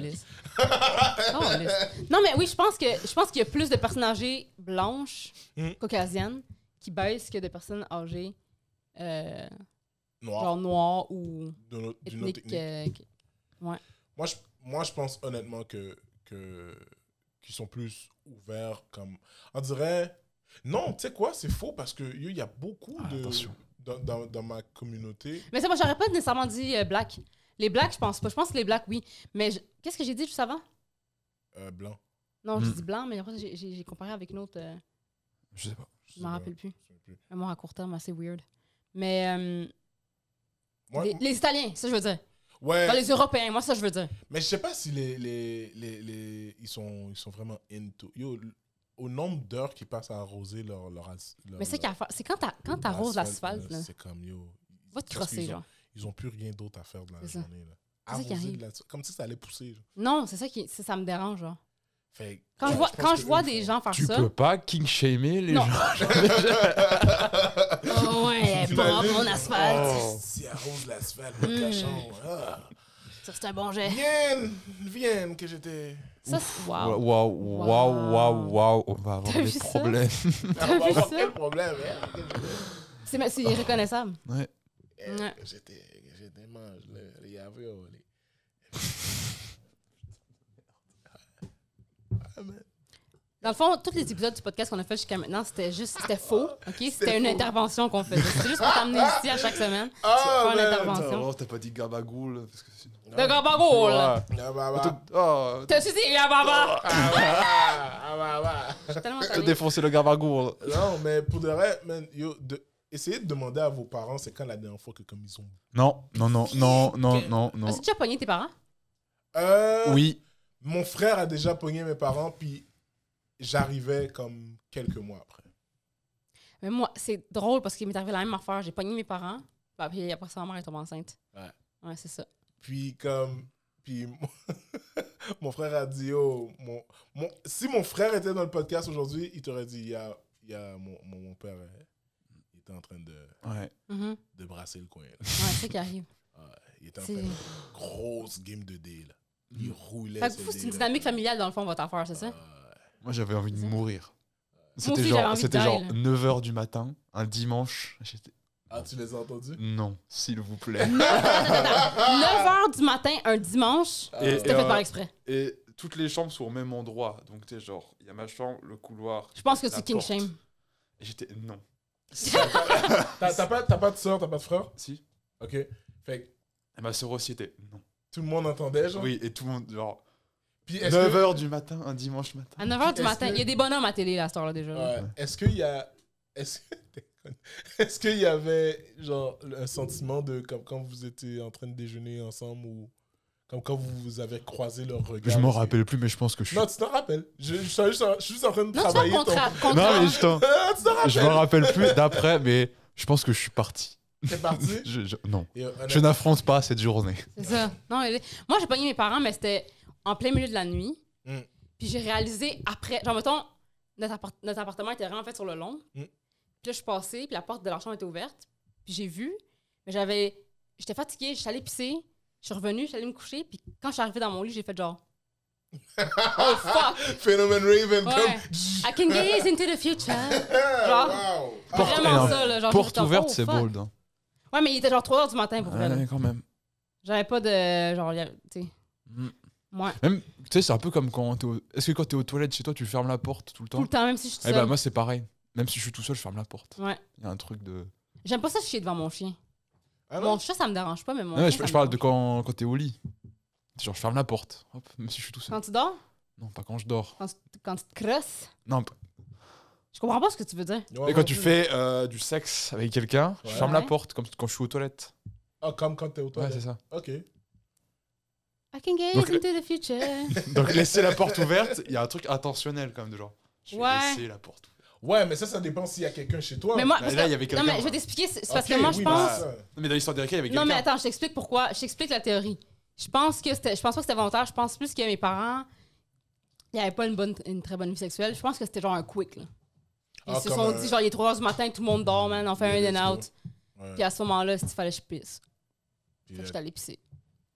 Calisse. Calisse. Non, mais oui, je pense que je pense qu'il y a plus de personnes âgées blanches, Mm. caucasiennes, qui baissent que de personnes âgées, euh, Noir. genre noires ou D'une autre Ah. d'une autre ethniques. technique. euh, qui- Moi, je, moi, je pense honnêtement que, que qu'ils sont plus ouverts comme on dirait non, tu sais quoi, c'est faux parce que yo, il y a beaucoup Ah, de attention. dans, dans, dans ma communauté. Mais ça, moi, j'aurais pas nécessairement dit euh, black. Les blacks, je pense pas. Je pense que les blacks, oui. Mais je- qu'est-ce que j'ai dit juste avant? euh, blanc. Non, je Hmm. dis blanc, mais après, j'ai- j'ai j'ai comparé avec une autre. euh, Je sais pas. je m'en rappelle plus. Je sais plus. Moi, à court terme, assez weird. Mais euh, Moi, les, les Italiens, ça, je veux dire. ouais, Dans les Européens, moi, ça, je veux dire. mais je sais pas si les, les, les, les- ils sont ils sont vraiment into yo l- au nombre d'heures qu'ils passent à arroser leur leur, as- leur- Mais c'est leur- qu'à faire- c'est quand t'as- quand t'arroses l'asphalte, l'asphalte, là, là, c'est comme yo. va te parce crosser, qu'ils ont- genre. Ils ont plus rien d'autre à faire de la C'est ça. journée là. C'est ça qui Arroser arrive. de l'asphalte, comme si ça allait pousser. genre. Non, c'est ça qui ça, ça me dérange, genre. Fait que, Quand ouais, je vois, pense quand que je vois eux, ils des font- gens faire Tu ça, peux pas king shamer les Non. gens. Oh, ouais, elle est propre, mon asphalte. Oh, si elle arrose l'asphalte, notre Mm. cachon. Ah. Ça, c'est un bon jet. Vienne, vienne, que j'étais. Ça, c'est wow. Waouh, waouh, waouh, Wow. waouh, on va avoir T'as des vu ça problètes. Ah, on va vu voir ça? quel problème, hein? Que j'étais- C'est mais c'est irreconnaissable. Ouais. eh, Ouais. que J'étais, que j'étais mange, le- les aveux, les. Ah, man. Dans le fond, tous les épisodes du podcast qu'on a fait jusqu'à maintenant, c'était juste, c'était faux, ok? C'était une faux. intervention qu'on faisait. C'était juste pour t'amener ici à chaque semaine. Ah, pas une man. intervention. Attention. Oh, t'as pas dit gabagoule, parce que sinon... Le grand bagoule! là! Ah, bah, bah. Oh, T'as su dit, ah, bah, bah. Ah, bah, bah. Ah, bah, bah. J'ai tellement t'as entendu. défoncé le gabagoule. Non, mais pour de vrai, man, yo, de- essayez de demander à vos parents c'est quand la dernière fois que comme ils ont. Non, non, non, non, non, non, non. As-tu déjà pogné tes parents? Euh, Oui, Mon frère a déjà pogné mes parents, puis j'arrivais comme quelques mois après. Mais moi, c'est drôle parce qu'il m'est arrivé la même affaire. J'ai pogné mes parents, bah, puis après ça, ma mère est tombée enceinte. Ouais. Ouais, c'est ça. Puis comme puis mon frère a dit oh mon, mon- si mon frère était dans le podcast aujourd'hui, il t'aurait dit il y a, il y a mon, mon, mon père euh, il était en train de, ouais. Mhm. de brasser le coin. hein. là. Ouais, c'est ça qui arrive. Ah, il était en C'est- train de grosse game de dé là. Il roulait. Fait que ce vous, dé, c'est une là. dynamique hein? familiale, dans le fond, votre affaire, c'est ça? Ah, Moi, j'avais envie de C'est ça. mourir. aussi, C'était j'avais genre, envie de c'était genre die, là. 9h du matin, un dimanche. J'étais... ah, tu les as entendus Non, s'il vous plaît. 9h du matin, un dimanche, Ah, ouais. c'était fait par exprès. Et toutes les chambres sont au même endroit. Donc, t'es genre, il y a ma chambre, le couloir. Je pense que la c'est King porte. Shame. Et j'étais, non. T'as t'as pas, t'as pas de soeur, t'as pas de frère Si. Ok. Fait que Et ma soeur aussi était, non. tout le monde entendait, genre. Oui, et tout le monde, genre, Puis est-ce que- 9h du matin, un dimanche matin. À 9h du Est-ce matin, que- il y a des bonhommes à télé, là, à cette heure-là, déjà. là. Ouais. Est-ce qu'il y a. Est-ce t'es con. Est-ce qu'il y avait genre un sentiment de comme quand vous étiez en train de déjeuner ensemble ou comme quand vous, vous avez croisé leur regard Je m'en parce que- rappelle plus, mais je pense que je suis. Non, tu t'en rappelles. Je, je, suis juste en- je suis juste en train de Non, c'est travailler. un ton- contrat. Non, contrat. mais je t'en- Ah, tu t'en je me rappelles. rappelle plus d'après, mais je pense que je suis parti. T'es parti. Je- je- non. Et, euh, Je n'affronte pas cette journée. C'est ça. Non, mais- moi, j'ai pogné mes parents, mais c'était en plein milieu de la nuit. Mm. Puis j'ai réalisé après, genre, mettons, notre, appart- notre appartement était vraiment fait sur le long. Mm. Puis là, je suis passée, puis la porte de leur chambre était ouverte. Puis j'ai vu, mais j'avais. J'étais fatiguée, j'étais allée pisser, je suis revenue, j'étais allée me coucher, puis quand je suis arrivée dans mon lit, j'ai fait genre. oh fuck! Phénomène Raven Ouais. comme. I can gaze into the future! Ah, wow. Ah, Porte- Vraiment énorme. ça, là, genre, Porte j'étais en- ouverte, oh, c'est fuck. bold. hein. Ouais, mais il était genre 3 h du matin pour vrai. là. Ouais, quand même. J'avais pas de. Genre, il y avait- tu sais. Mm. Moi, Même, tu sais, c'est un peu comme quand t'es. au- Est-ce que quand t'es aux toilettes chez toi, tu fermes la porte tout le temps tout le temps, même si je suis Eh seule. ben moi, c'est pareil. Même si je suis tout seul, je ferme la porte. Ouais. Il y a un truc de. J'aime pas ça chier devant mon chien. Ah, non. Mon chat, ça me dérange pas, mais mon Non, mais Ah chien, je, ça je me parle de dérange. quand, quand t'es au lit. C'est Genre, je ferme la porte. Hop, même si je suis tout seul. Quand tu dors, Non, pas quand je dors. quand tu, quand tu te crosses, Non, pas- je comprends pas ce que tu veux dire. Ouais, Et moi quand tu plus. fais euh, du sexe avec quelqu'un, je Ouais. ferme la Ouais. porte, comme quand je suis aux toilettes. Ah, comme quand t'es au Ouais, toilettes. c'est ça. ok. I can gaze Donc, euh, into the future. Donc, laisser la porte ouverte, il y a un truc intentionnel quand même, de genre. Je vais Ouais. laisser la porte ouverte. Ouais, mais ça, ça dépend s'il y a quelqu'un chez toi. mais moi, Là, parce là, que- il y avait quelqu'un, Non, mais là. je vais t'expliquer. c'est- c'est parce Ok, que moi, je oui, pense. bah, c'est ça. Non, mais dans l'histoire d'Erika, il y avait quelqu'un. Non, mais attends, je t'explique pourquoi. Je t'explique la théorie. Je pense que c'était. Je pense pas que c'était volontaire. Je pense plus que mes parents. Ils avaient pas une, bonne, une très bonne vie sexuelle. Je pense que c'était genre un quick, là. Ils Ah, se comme sont un- dit, genre, il est 3 h du matin, tout le monde dort, man, on fait Yeah, un in let's out. Ouais. Puis à ce moment-là, s'il fallait, je pisse. Fait Puis, que euh, j'étais allée pisser.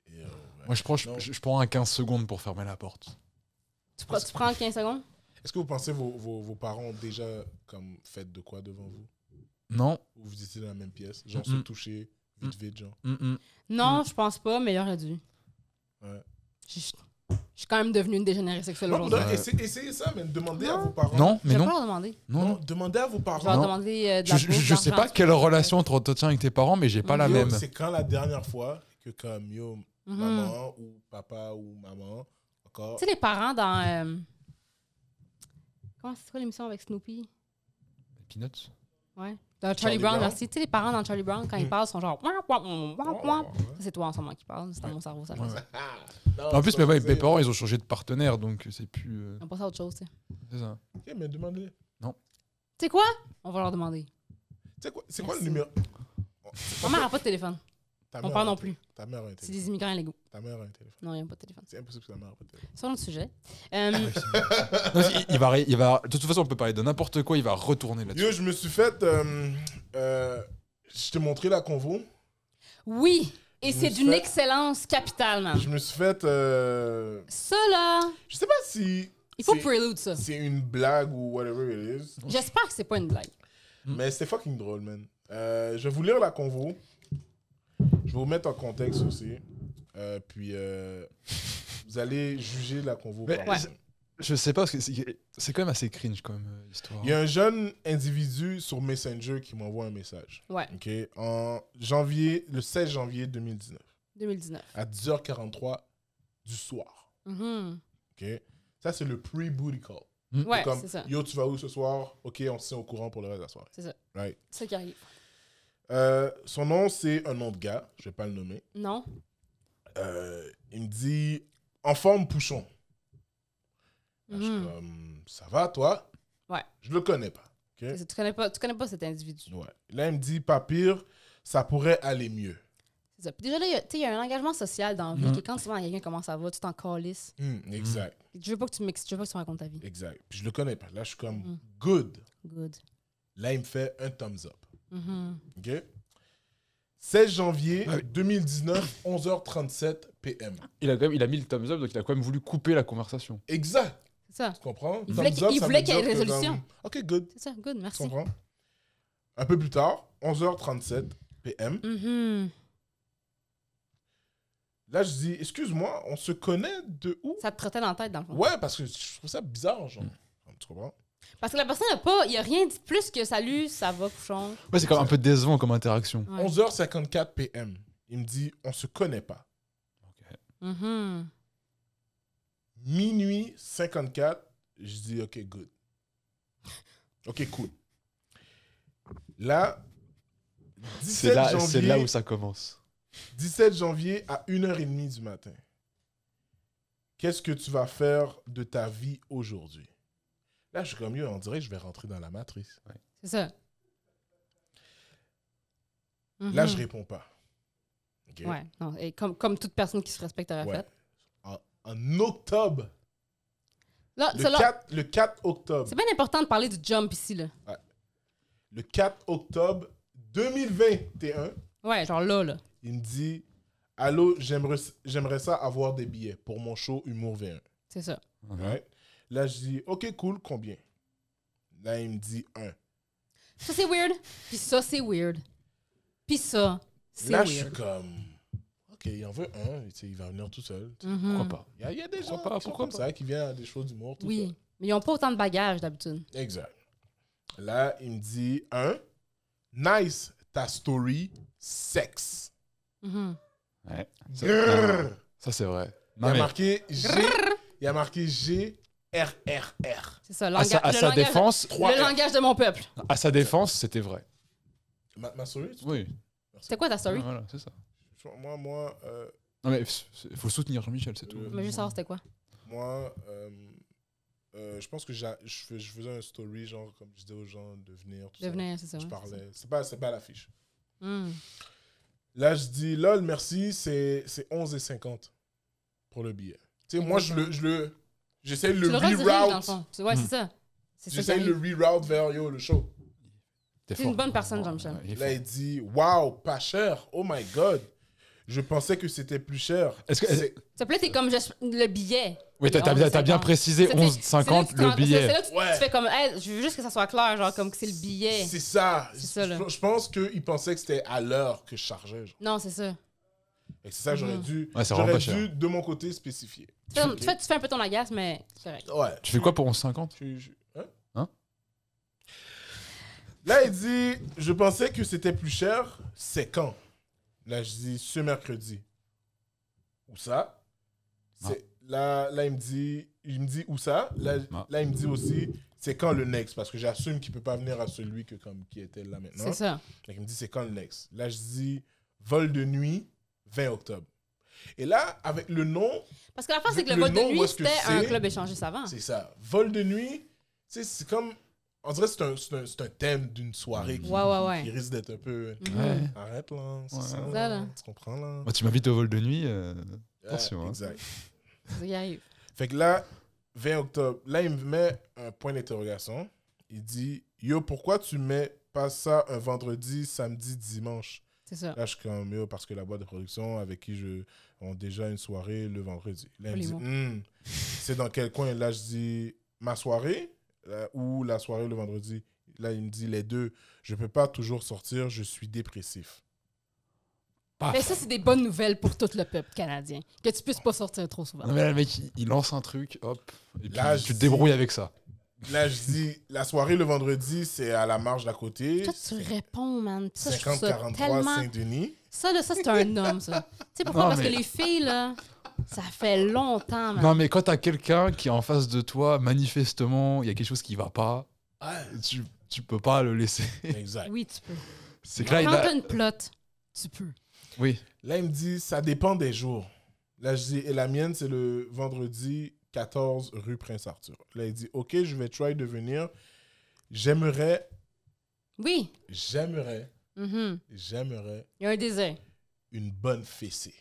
et, euh, ouais. Moi, je prends, je, Non. je- je prends un 15 secondes pour fermer la porte. Tu, prends- tu prends 15 secondes? Est-ce que vous pensez vos, vos, vos parents ont déjà comme fait de quoi devant vous Non. Ou vous étiez dans la même pièce, genre Mm-mm. se toucher vite vite, genre. Mm-mm. Non, Mm. je pense pas, mais il aurait dû. Ouais. Je je- je suis quand même devenue une dégénérée sexuelle Non, aujourd'hui. mais essayez, essayez ça, mais demandez à Non. vos parents. Non, mais Je vais non. pas leur demander. Non, Non, non. demandez à vos Je vais leur parents. demander euh, de Je, la je- bouffe, je sais d'argent, pas quelle relation tu entretiens avec tes parents, mais j'ai pas la Yo, même. C'est quand la dernière fois que comme yo, Mhm. maman ou papa ou maman, encore. Tu sais, les parents dans. euh, Comment c'est quoi l'émission avec Snoopy Peanuts Ouais. Dans Charlie Brown, Brown. merci. Tu sais, les parents dans Charlie Brown, quand ils Mm. parlent, sont genre. Ouah, ouah, ouah, ouah, ouah. Oh, ouais. C'est toi en ce moment qui parle, c'est dans mon cerveau, ça fait Ouais, ça. ouais. Ah, non, En plus, c'est mes, pas mes possible. parents, ils ont changé de partenaire, donc c'est plus. euh, On passe à autre chose, tu sais. c'est ça. Ok, mais demandez. Tu sais quoi On va leur demander. Tu sais quoi- C'est quoi, le Merci. numéro Ma mère n'a pas de téléphone. Ta On mère parle a un non téléphone. Ta mère a un C'est téléphone. des immigrants illégaux. Ta mère a un téléphone. Non, ils n'ont pas de téléphone. C'est impossible que ta mère ait pas de téléphone. Sur notre sujet. Euh, Non, il- il va, ré- il va, de toute façon, on peut parler de n'importe quoi, il va retourner là-dessus. Yo, je me suis fait. euh, euh, je t'ai montré la convo. oui, et Je c'est me d'une fais- excellence capitale, man. Je me suis fait. euh, Ça, là, je sais pas si. il faut c'est- prélude ça. C'est une blague ou whatever it is. J'espère que c'est pas une blague. Mm-hmm. Mais c'était fucking drôle, man. Euh, je vais vous lire la convo. Je vais vous mettre en contexte aussi. Euh, puis euh, vous allez juger la convo. Mais- par Ouais. vous-même. Je sais pas, parce que c'est c'est quand même assez cringe, quand même, euh, l'histoire. Il y a un jeune individu sur Messenger qui m'envoie un message. Ouais, OK? En janvier, le 16 janvier 2019, 2019. à 10h43 du soir. Mhm. OK? Ça, c'est le pre-booty call. Ouais, comme, c'est ça. yo, tu vas où ce soir? OK, on se tient au courant pour le reste de la soirée. C'est ça. Right. C'est ça qui arrive. Euh, son nom, c'est un nom de gars. Je vais pas le nommer. Non? Euh, il me dit en forme Pouchon. Là, Je suis Mhm. comme ça va toi Ouais. Je le connais pas. ok? C'est ça, Tu connais pas, tu connais pas cet individu. Ouais. Là il me dit pas pire, ça pourrait aller mieux. C'est ça. Puis déjà, là, il y a- tu sais, il y a un engagement social dans la vie. Mm-hmm. Mhm. que quand tu demandes à quelqu'un comment ça va, tu t'en calisses. Hmm, exact, Je veux pas que tu m'expliques, je veux pas que tu me racontes ta vie. exact. Puis je le connais pas. Là je suis comme Mhm. good. Good. Là il me fait un thumbs up. Mhm. ok? 16 janvier Ouais. 2019 11h37 p.m. Il a quand même, il a mis le thumbs up, donc il a quand même voulu couper la conversation. Exact. C'est ça. Tu comprends Il voulait Thumbs qu'il- up, il ça voulait veut qu'il y ait dire une que, comme, résolution. OK, good. C'est ça. Good, Tu merci. comprends Un peu plus tard, 11h37 p.m. Mhm. Là, je dis, excuse-moi, on se connaît de où Ça te trottait dans la tête, dans le fond. Ouais, parce que je trouve ça bizarre, genre. Tu comprends Parce que la personne n'a pas, il a rien dit de plus que salut, ça va, couchon. Ouais, c'est quand même un peu décevant comme interaction. Ouais. 11h54 p.m. Il me dit, on se connaît pas. Mhm. Minuit 54, je dis, ok, good. Ok, cool. Là, 17 C'est là, c'est janvier, là où ça commence. 17 janvier à 1h30 du matin. Qu'est-ce que tu vas faire de ta vie aujourd'hui Là, je suis comme, yo, on dirait que je vais rentrer dans la matrice. C'est ça. Là, Mhm. je réponds pas. Ok. Ouais, non, et comme, comme toute personne qui se respecte aurait Ouais. fait. En, en octobre. Là, Le ça, là, 4, le 4 octobre. Ah, c'est bien important de parler du jump ici, là. Le 4 octobre 2021, Ouais, genre là, là. il me dit Allô, j'aimerais j'aimerais ça avoir des billets pour mon show Humour V1. C'est ça. Right? Là, je dis Ok, cool, combien Là, il me dit 1. Ça, c'est weird. Puis ça, c'est weird. Puis ça, c'est Là, weird. je suis comme Ok, il en veut un, tu sais, il va venir tout seul. Tu sais, Mhm. Pourquoi pas Il y, a- il y a des Pourquoi gens pas, qui sont pourquoi comme pas. ça, qui viennent à des shows d'humour tout Oui. Mais ils n'ont pas autant de bagages d'habitude. seul. Exact. Là, il me dit 1. Nice, ta story, sexe. Mhm. Ouais. Ça, Grrr. ça, c'est vrai. Il y Non, a Ah. mais marqué G. Il y a marqué G R R R. C'est ça. à sa, langage- à le sa langage- défense, ah, Trois Le R. langage de mon peuple. à sa défense, c'était vrai. Ma, ma souris, tu- Oui. C'était quoi ta story? Euh, Voilà, c'est ça. tu vois, moi, moi, euh, Non mais c'est- c'est- faut le soutenir Jean-Michel, c'est tout. Euh, Mais je veux savoir c'était quoi. moi, euh, euh, je pense que j'a- je fais- je faisais un story genre comme je disais aux gens de venir. Tout ça. Devenir, c'est ça. Je ouais. parlais. C'est pas, c'est pas à l'affiche. Mhm. Là, je dis lol, merci, c'est c'est 11,50 pour le billet. Tu sais, moi, je le, je le, j'essaie de Tu le le rediriges, dans le reroute. fond. Tu- Ouais, c'est ça. C'est ça. qui J'essaie de le arrive. reroute vers yo le show. T'es C'est une fort. bonne personne, Ouais, Jean-Michel. ouais, il est Là, fort. il dit Waouh, pas cher. Oh my god. Je pensais que c'était plus cher. Est-ce que- C'est- Ça plaît, t'es comme j'es- le billet. Oui, t'as t'as bien, t'as bien précisé C'est- c'est- c'est 11,50 là le que tu te rends- C'est billet. là que tu, tu Ouais. fais comme, Hey, je veux juste que ça soit clair, genre comme que c'est le billet. C'est ça. C'est ça, là. Je, je pense qu'il pensait que c'était à l'heure que je chargeais. genre. Non, c'est ça. Et c'est ça, j'aurais Mhm. dû, Ouais, c'est vraiment j'aurais dû pas de mon côté spécifier. Tu fais, tu fais- tu fais un peu ton agace, mais c'est correct. Ouais. Tu fais quoi pour 11,50 Je- je- hein? Hein? Là, il dit Je pensais que c'était plus cher. C'est quand Là, je dis ce mercredi. Où ça C'est- Là, là, il me dit, il me dit où ça. Là, Ah. là, il me dit aussi, c'est quand le next Parce que j'assume qu'il peut pas venir à celui que comme qui était là maintenant. C'est ça. Donc, il me dit, c'est quand le next Là, je dis, vol de nuit, 20 octobre. Et là, avec le nom, Parce que la fin, c'est que le, Le vol de nom, où nuit, est-ce que c'était un c'est? club échangé savant. c'est ça. Vol de nuit, tu sais, c'est comme On dirait que c'est un, c'est un, c'est un thème d'une soirée qui, Ouais, ouais, ouais. qui risque d'être un peu. Mhm. Ouais. Arrête là, c'est Ouais. ça, Ça, là, là. tu comprends là. Moi, tu m'invites au vol de nuit. euh, attention, Ouais, hein. Exact. Ça y arrive. Fait que là, 20 octobre, là, il me met un point d'interrogation. Il dit Yo, pourquoi tu mets pas ça un vendredi, samedi, dimanche C'est ça. Là, je suis comme Yo, parce que la boîte de production avec qui je ont déjà une soirée le vendredi. Là, il me dit Poliment. Hmm, C'est dans quel coin Là, je dis Ma soirée Là, ou la soirée le vendredi Là, il me dit Les deux, je peux pas toujours sortir, je suis dépressif. Paf. Ah. Mais ça, c'est des bonnes nouvelles pour tout le peuple canadien. Que tu puisses pas sortir trop souvent. Non, mais là, le mec, il- il lance un truc, hop, et puis Là, je tu te dis- débrouilles avec ça. Là, je dis La soirée le vendredi, c'est à la marge d'à côté. Toi, tu réponds, man. Ça, je trouve ça 50-43 tellement... Saint-Denis. Ça, là, ça, c'est un homme, ça. Tu sais pourquoi? Non, Parce mais- que les filles, là, ça fait longtemps, man. Non, mais quand t'as quelqu'un qui est en face de toi, manifestement, il y a quelque chose qui va pas, tu, tu peux pas le laisser. Exact. Oui, tu peux. C'est que là, Quand il a- t'as une plot, tu peux. Oui, Là, il me dit, ça dépend des jours. Là, je dis, et la mienne, c'est le vendredi 14 rue Prince-Arthur. Là, il dit, OK, je vais try de venir. J'aimerais, Oui. j'aimerais, Mhm. j'aimerais Il y a un désir. une bonne fessée.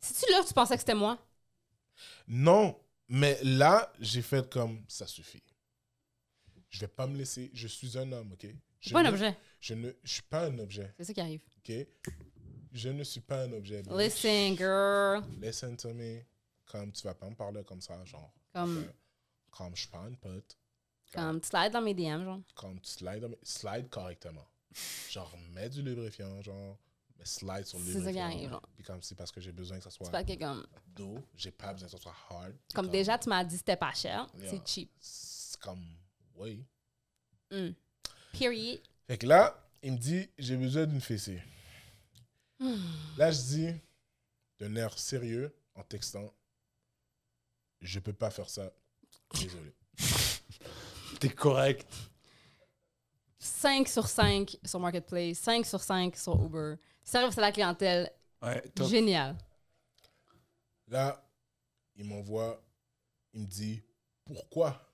Si tu là, tu pensais que c'était moi. Non, mais là, j'ai fait comme, ça suffit. Je vais pas me laisser. Je suis un homme, OK? Je Je suis pas un ne- objet. Je ne je suis pas un objet, C'est ça qui arrive. OK? Je ne suis pas un objet. bitch. Listen, girl. Listen to me. Comme, tu vas pas me parler comme ça, genre. Comme, Comme je suis pas une pote. comme tu slides dans mes DM, genre. comme tu slides, mais slide correctement. Genre, mets du lubrifiant, genre, mais slide sur le C'est ça qui arrive, lubrifiant. genre. Puis comme si, parce que j'ai besoin que ça soit C'est pas que comme, dos, j'ai pas besoin que ça soit hard. comme déjà, tu m'as dit que c'était pas cher. Yeah. C'est cheap. C'est comme, oui. Mm. Period. Fait que là, il me dit, j'ai besoin d'une fessée. Là, je dis, d'un air sérieux, en textant, je peux pas faire ça. Désolé. t'es correct. 5 sur 5 sur Marketplace, 5 sur 5 sur Uber. Service à la clientèle, Ouais, top. génial. Là, il m'envoie, il me dit, pourquoi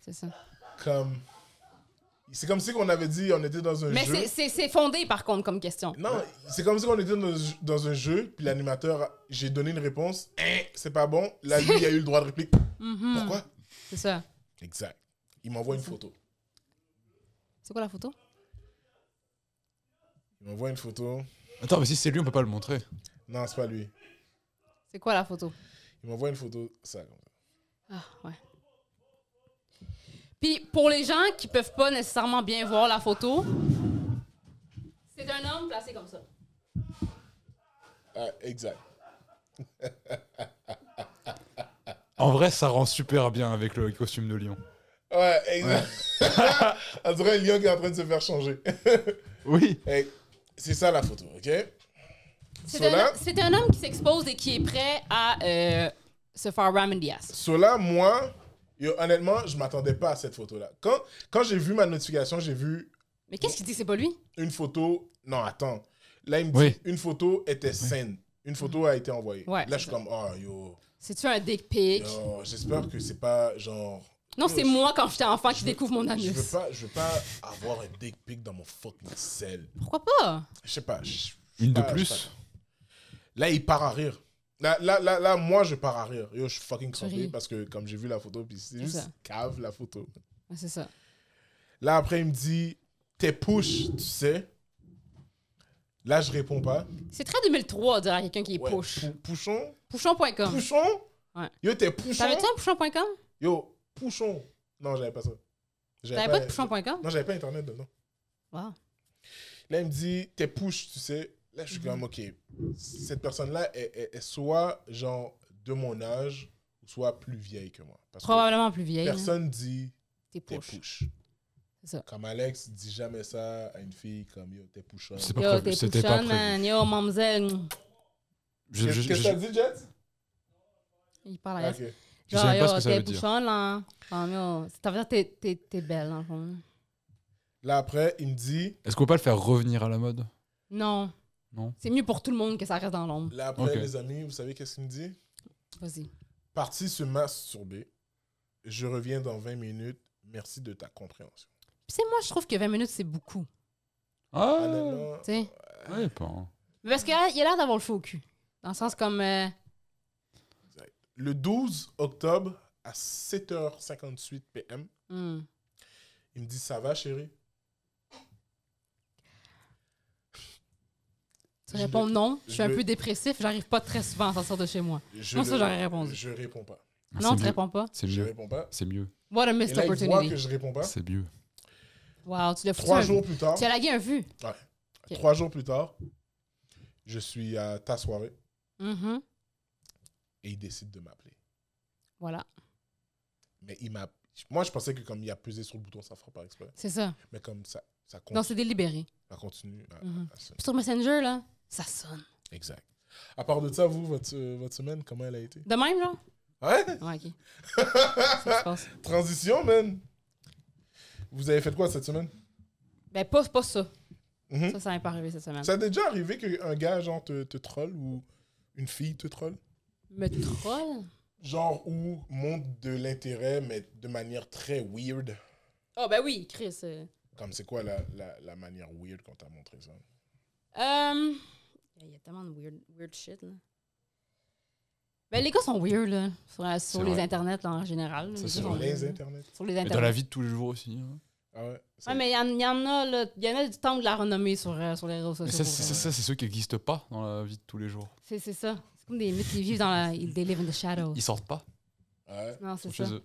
C'est ça. comme c'est comme si qu'on avait dit on était dans un Mais jeu c'est- c'est c'est fondé, par contre, comme question. non c'est comme si qu'on était dans, dans un jeu puis l'animateur a- j'ai donné une réponse Hein, c'est pas bon là lui il a eu le droit de réplique Mhm. pourquoi C'est ça. exact il m'envoie une photo C'est quoi la photo? il m'envoie une photo Attends, mais si c'est lui, on peut pas le montrer. non c'est pas lui C'est quoi la photo? il m'envoie une photo ça comme ça. Ah, ouais. Puis pour les gens qui peuvent pas nécessairement bien voir la photo, c'est un homme placé comme ça. Ah, exact En vrai, ça rend super bien avec le costume de lion. ouais exact on dirait un lion qui est en train de se faire changer Oui. Hey, c'est ça la photo ok C'est So là- un, c'est un homme qui s'expose et qui est prêt à euh, se faire ram in the ass. Cela, moi, yo, honnêtement, je m'attendais pas à cette photo-là. Quand, quand j'ai vu ma notification, j'ai vu Mais qu'est-ce qu'il dit que c'est pas lui? une photo. Non, attends. Là, il me dit Oui. une photo était saine. Une photo a été envoyée. Ouais, Là, je suis c'est comme, oh, yo. C'est-tu un dick pic? yo, J'espère que c'est pas genre. Non, c'est je- moi quand j'étais enfant qui veux- découvre mon Je veux anus. pas, je veux pas avoir un dick pic dans mon fucking sel. Pourquoi pas? Je sais pas. je- Une de Ah, plus. Là, il part à rire. Là, là, là, là, moi, je pars à rire. Yo, je suis fucking crampé ris. parce que comme j'ai vu la photo, puis c'est C'est juste ça. cave la photo. Ouais, C'est ça. Là, après, il me dit, t'es push, tu sais. Là, je réponds pas. C'est très 2003 de dire à quelqu'un qui est Ouais, push. pou- Pouchon. Pouchon.com. Pouchon. Ouais. Yo, t'es pouchon. T'avais-tu un pouchon.com? Yo, pouchon. Non, j'avais pas ça. Ben, T'avais pas de pouchon.com? Non, j'avais pas Internet dedans. ben, Wow. Là, il me dit, t'es push, tu sais. Là, je suis Mhm. comme, ok, cette personne-là est, est- est soit, genre, de mon âge, ou soit plus vieille que moi. Parce que Probablement plus vieille. hein. personne dit, T'es t'es push. push. C'est ça. Comme Alex dit jamais ça à une fille, comme, yo, t'es pushon. C'est pas Yo, prévu. t'es C'était pas pushon, prévu. man. Yo, mamzelle. Je- je- Qu'est-ce je- que t'as dit, Jets? Il parle à Ok. elle. Ah, je sais même pas ce yo, que ça t'es veut dire. bouchonne, là. Comme, yo, ça veut dire t'es- t'es t'es belle, dans le fond. Là, après, il me dit, Est-ce qu'on peut pas le faire revenir à la mode Non. Non. C'est mieux pour tout le monde que ça reste dans l'ombre. Là, après, Ok. les amis, vous savez qu'est-ce qu'il me dit Vas-y. Parti se masturber. Je reviens dans 20 minutes. Merci de ta compréhension. Puis c'est moi, je trouve que 20 minutes, c'est beaucoup. Oh. Honnêtement, Tu sais. ouais, Ah, ouais, pas. hein. Parce qu'il a il a l'air d'avoir le feu au cul. Dans le sens comme. euh, Le 12 octobre à 7h58 p.m., hmm. il me dit Ça va, chérie Je Tu réponds le- non, je suis un je- peu dépressif, j'arrive pas très souvent à sortir de chez moi. je Moi, ça, le- j'aurais répondu. Je réponds pas. non, tu réponds pas. Ah, C'est Je mieux. réponds pas. C'est mieux. What a Et missed là, il voit que opportunity. je réponds pas. C'est mieux. Wow, tu l'as foutu. Trois un- jours plus tard, Tu as lagué un vu. Ok. trois jours plus tard, je suis à ta soirée Mhm. et il décide de m'appeler. Voilà, Mais il m'a. Moi, je pensais que comme il a pesé sur le bouton, ça fera pas exprès. c'est ça. Mais comme ça, ça continue. Non, c'est délibéré. Ça continue. à- Mhm. à- à- Puis sur Messenger, là, ça sonne. Exact. À part de ça, vous, votre, euh, votre semaine, comment elle a été De même, genre? Ouais Ouais, ok. C'est ce qui se passe. Transition, man. Vous avez fait quoi cette semaine Ben, pas, pas ça. Mhm. Ça, ça m'est pas arrivé cette semaine. Ça t'est déjà arrivé qu'un gars, genre, te, te troll ou une fille te troll Me troll? Genre, ou montre de l'intérêt, mais de manière très weird. Oh, ben oui, Chris. euh. Comme c'est quoi la, la, la manière weird quand t'as montré ça Euh, Il y a tellement de weird, weird shit, là. Ben, les gars sont weird, là. Sur, la- sur C'est les vrai. internets, là, en général. Ça, c'est gars sont Sur vrai. weird, les là. internets Sur les Mais dans la internets. vie de tous les jours aussi. hein. Ah ouais c'est- Ouais, mais il y, en- y en a, là. Il y en a du temps de la renommée sur, euh, sur les réseaux Mais sociaux. ça, pour c'est ça, vrai. ça, c'est ceux qui n'existent pas dans la vie de tous les jours. C'est c'est ça. C'est comme des mythes qui vivent dans la. They live in the shadows. Ils sortent pas. Ouais. Non, ils c'est sont ça. chez eux.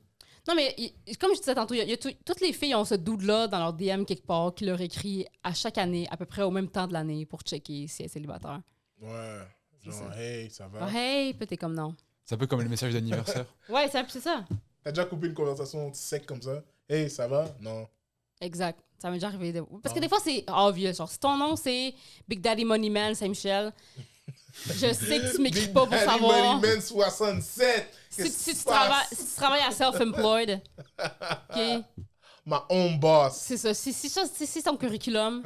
Non, mais il- il- comme je disais tantôt, il y a- il y a tout- toutes les filles ont ce dude-là dans leur DM quelque part qui leur écrit à chaque année, à peu près au même temps de l'année, pour checker si elle est célibataire. Ouais. C'est Genre, hey, ça va. Genre, hey, puis t'es comme non. C'est un peu comme les messages d'anniversaire. Ouais, c'est c'est ça. T'as déjà coupé une conversation sec comme ça Hey, ça va Non. Exact. Ça m'est déjà arrivé. de- Parce que Ah. des fois, c'est obvious. Genre, si ton nom, c'est Big Daddy Money Man Saint-Michel, je sais que tu m'écris pas pour Daddy savoir. Money Man 67. Si, Qu'est-ce si qui tu se passe? travailles, si tu travailles à self-employed, OK? Ma own boss. C'est ça. Si, si, ça- si, si ton curriculum,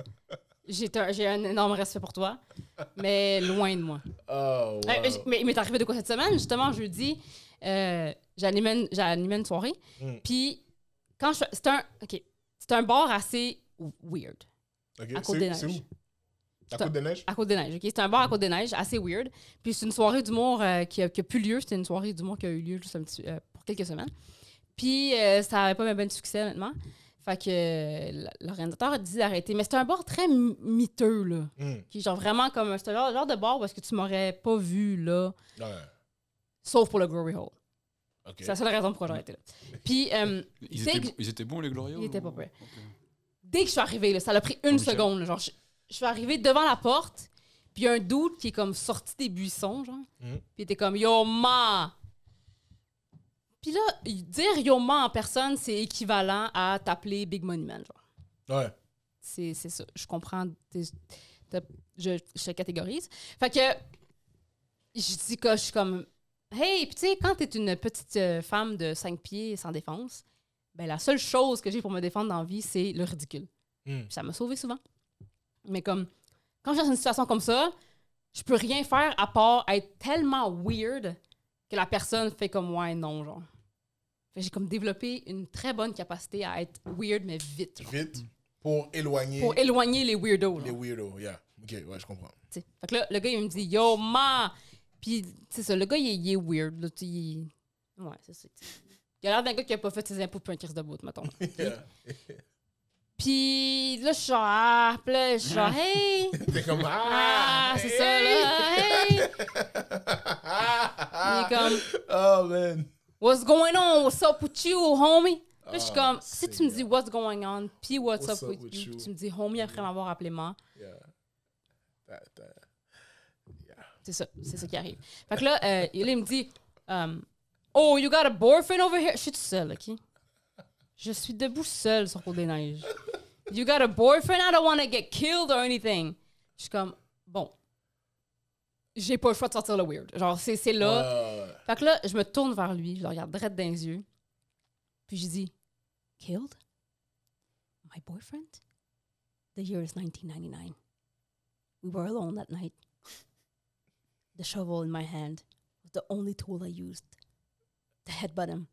j'ai un, j'ai un énorme respect pour toi, mais loin de moi. Oh, wow. Euh, j- mais il m'est arrivé de quoi cette semaine? Justement, jeudi, euh, j'animais une, j'animais une soirée. Mm. Puis, quand je. C'est un. OK. C'est un bar assez weird. Ok, à c'est- Côte des C'est Neiges. où À Côte des Neiges À Côte-des-Neiges, OK? C'est un bar à Côte-des-Neiges, assez weird. Puis, c'est une soirée d'humour euh, qui, a, qui a plus lieu. C'était une soirée d'humour qui a eu lieu juste un petit, euh, pour quelques semaines. Puis, euh, ça n'avait pas même bien de succès, honnêtement. Fait que euh, l- l'organisateur a dit d'arrêter. Mais c'était un bar très mi- miteux, là. Hmm, Qui, est genre, vraiment comme. C'était le genre, genre de bar où est-ce que tu m'aurais pas vu, là. Ouais. Sauf pour le Glory Hole. Ok. C'est la seule raison pourquoi j'ai arrêté là. Puis, euh, Ils C'est étaient, que- ils étaient bons, les Glorieux Ils étaient pas prêts. prêts. dès que je suis arrivée, là, ça l'a pris une oh. Michel. seconde. là, genre, je, je suis arrivée devant la porte, puis il y a un doute qui est comme sorti des buissons, genre. Mhm. Puis il était comme Yo ma! Puis là, dire Yo ma en personne, c'est équivalent à t'appeler Big Money Man, genre. Ouais. C'est c'est ça. Je comprends. tes- t'as- je, je te catégorise. Fait que je dis que je suis comme Hey, puis tu sais, quand t'es une petite euh, femme de 5 pieds sans défense, ben la seule chose que j'ai pour me défendre dans la vie, c'est le ridicule. Hmm. Puis ça m'a sauvé souvent. Mais comme quand je suis dans une situation comme ça, je peux rien faire à part être tellement weird que la personne fait comme ouais, non, genre. Fait que J'ai comme développé une très bonne capacité à être weird, mais vite. genre Vite pour éloigner Hmm. pour éloigner les weirdos. là. les weirdos. Yeah. Ok, ouais, je comprends. T'sais. Fait que là, le gars, il me dit Yo, ma! Puis, c'est ça, le gars, il est, il est weird. Là, tu sais, il... Ouais, c'est ça. t'sais. Il a l'air d'un gars qui a pas fait ses impôts pour un crise de bout, mettons. Yeah. Puis, là, je suis genre, ah, Puis là, je suis genre, hey! T'es comme ah, Ah, c'est ça, là! Hey! Ah. Il est comme, Oh man. What's going on? What's up with you, homie? Là, je suis Ah, comme, si tu Seigneur. me dis what's going on, puis what's, up, with, you, you? tu me dis homie après m'avoir appelé moi. Yeah. T'as- t'as- C'est ça, c'est ça qui arrive. Fait que là, euh, il, il me dit um, Oh, you got a boyfriend over here? Je suis toute seule, OK? Je suis debout seule sur Côte des Neiges. You got a boyfriend? I don't want to get killed or anything. Je suis comme Bon. J'ai pas le choix de sortir le weird. Genre, c'est c'est là. Ouais, ouais. Fait que là, je me tourne vers lui, je le regarde direct dans les yeux. Puis je dis Killed? My boyfriend? The year is 1999. We were alone that night. The shovel in my hand was the only tool I used to headbutt him.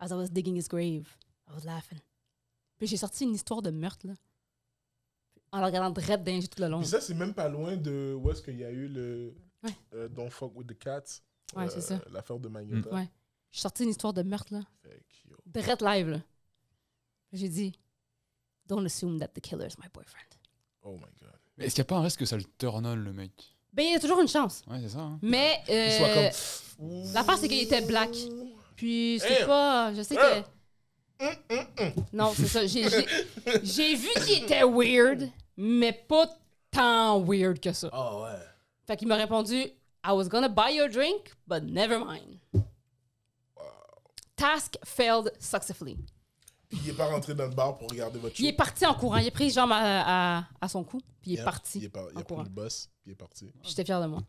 As I was digging his grave, I was laughing. Puis j'ai sorti une histoire de meurtre, là. En le regardant direct d'un tout le long. Puis ça, c'est même pas loin de où est-ce qu'il y a eu le Oh. Ouais. euh, Don't Fuck with the Cats. euh, Ouais, c'est ça. L'affaire de Magneta. Mm. Ouais. J'ai sorti une histoire de meurtre, là. Fait que, yo. Direct live, là. J'ai dit, Don't assume that the killer is my boyfriend. Oh my god. Mais est-ce qu'il n'y a pas un risque que ça le turn on, le mec Ben, il y a toujours une chance. Ouais, c'est ça. hein. Mais. Il euh, soit comme. l'affaire, c'est qu'il était black. Puis, c'est Hein. pas. Je sais Hein. que. Non, c'est ça. J'ai, j'ai, j'ai vu qu'il était weird, mais pas tant weird que ça. Oh ouais. Fait qu'il m'a répondu I was gonna buy your drink, but never mind. Task failed successfully. Puis il est pas rentré dans le bar pour regarder votre show. Il est parti en courant. Il a pris les jambes à, à- à son cou, puis il est Yeah. parti. Il est, par- il en a pris courant. le boss, puis il est parti. J'étais fière de moi.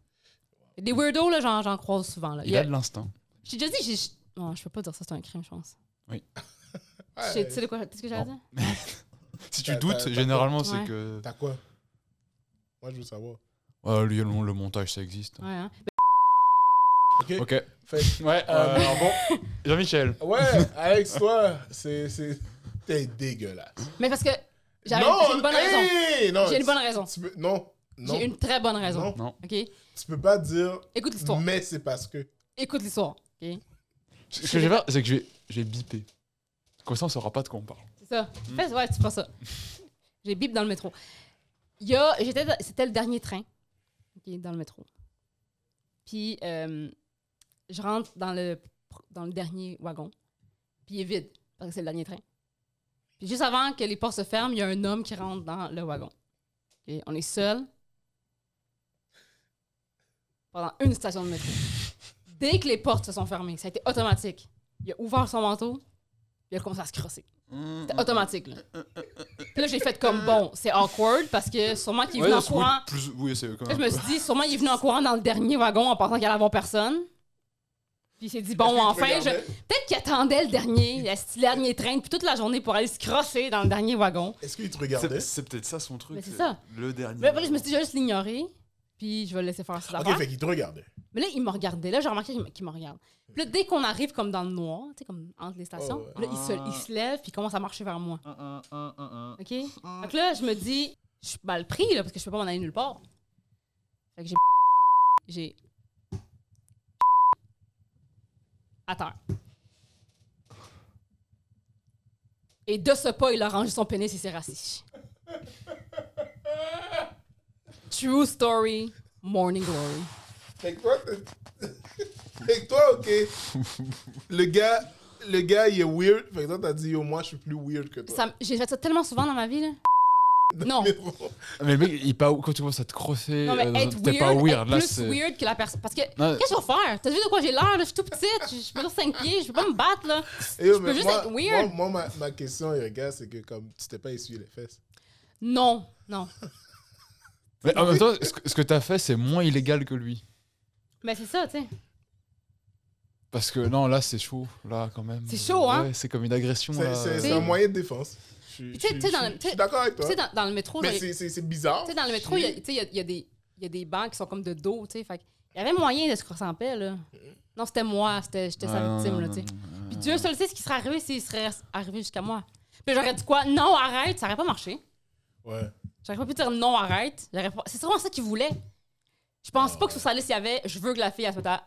Des weirdos, là, j'en, j'en croise souvent. Là. Il Il y a- a de l'instinct. J'ai déjà dit, j'ai... Non, je peux pas dire ça, c'est un crime, je pense. Ouais, J'ai- Tu sais de quoi, tu sais ce que j'allais Non. dire? Si T'as- tu t'as- doutes, t'as- généralement, c'est Ouais. que. T'as quoi Moi, je veux savoir. Ah, lui, le, le montage, ça existe. Ouais, hein. Ok. Ok. Fait- Ouais, euh, alors bon. Jean-Michel. Ouais, Alex, toi, c'est. c'est- T'es dégueulasse. Mais parce que j'avais- j'ai une bonne raison. hey, non, J'ai une bonne tu- raison. tu peux- non, non. J'ai une très bonne raison. Non. Non. OK? Tu peux pas dire, Écoute l'histoire. mais c'est parce que. Écoute l'histoire. OK? Ce que je vais faire, c'est que je vais, je vais biper. Comme ça, on saura pas de quoi on parle. C'est ça. Mm. Fais- ouais, tu fais ça. J'ai bip dans le métro. Il y a, j'étais, dans- c'était le dernier train ok, dans le métro. Puis euh, je rentre dans le, pr- dans le dernier wagon. Puis il est vide parce que c'est le dernier train. Puis juste avant que les portes se ferment, il y a un homme qui rentre dans le wagon. Ok, On est seul pendant une station de métro. Dès que les portes se sont fermées, ça a été automatique. Il a ouvert son manteau, il a commencé à se crosser. Mmh. C'était automatique. Là. Euh, Puis là, j'ai fait comme bon, c'est awkward parce que sûrement qu'il est venu en courant. plus, oui, c'est quand Là, je me suis dit, sûrement il est venu en courant dans le dernier wagon en pensant qu'il allait avoir personne. Puis il s'est dit, bon, enfin, je... peut-être qu'il attendait le dernier, le dernier train, puis toute la journée pour aller se crosser dans le dernier wagon. Est-ce qu'il te regardait peut-être ça son truc. Mais c'est ça. euh, Le dernier. Mais après, je me suis dit, je vais juste l'ignorer, puis je vais le laisser faire ses Ok, affaires. fait qu'il te regardait. Mais là, il me regardait. Là, j'ai remarqué qu'il me- qu'il me regarde. Puis là, dès qu'on arrive comme dans le noir, tu sais, comme entre les stations, Oh, Ouais, là, il se, il se lève, puis il commence à marcher vers moi. OK? Donc là, je me dis, je suis mal pris, là, parce que je peux pas m'en aller nulle part. Fait que j'ai. J'ai. À terre. Et de ce pas, il a rangé son pénis et s'est rassis. True story, morning glory. Fait que toi, t'es- fait que toi, ok. le gars, le gars, il est weird. Fait que toi, t'as dit, yo, moi, je suis plus weird que toi. Ça m- J'ai fait ça tellement souvent dans ma vie, là. Euh, Non. Ah, Mais le mec, il est pas, quand tu commences à te crosser, Non, mais euh, dans un- être t'es weird, pas weird. être Là, plus c'est. weird que la personne. Parce que, Non. qu'est-ce que je vais faire? T'as vu de quoi j'ai l'air, là? Je suis tout petite, je je mesure 5 pieds, je peux pas me battre, là. je peux juste être weird. Moi, moi, ma, ma question, les gars, c'est que comme tu t'es pas essuyé les fesses. Non, non. Mais en même temps, ce que, ce que t'as fait, c'est moins illégal que lui. Mais c'est ça, tu sais. Parce que non, là, c'est chaud. Là, quand même. C'est chaud, hein. Ouais, c'est comme une agression. C'est- là. C'est c'est Oui. un moyen de défense. Je suis- Tu sais, je suis- tu sais, dans je le- suis- tu sais- je suis d'accord avec Tu toi. sais, dans, dans le métro, Mais j'aurais- c'est- c'est c'est bizarre. tu sais, dans le métro, il y a- tu sais, il y a, il y a des- il y a des bancs qui sont comme de dos, tu sais. Fait il y avait moyen de se crosser en paix, là. Non, c'était moi, c'était- j'étais Ouais, sa non, victime, Ah, non, là, non, tu sais. non, non. Puis Dieu seul sait ce qui serait arrivé s'il serait arrivé jusqu'à moi. Puis j'aurais dit quoi? Non, arrête, ça aurait pas marché. Ouais. J'aurais pas pu dire non, arrête. J'aurais pas- C'est sûrement ça qu'il voulait. Je pense pas que sur sa liste, il y avait je veux que la fille elle se mette à.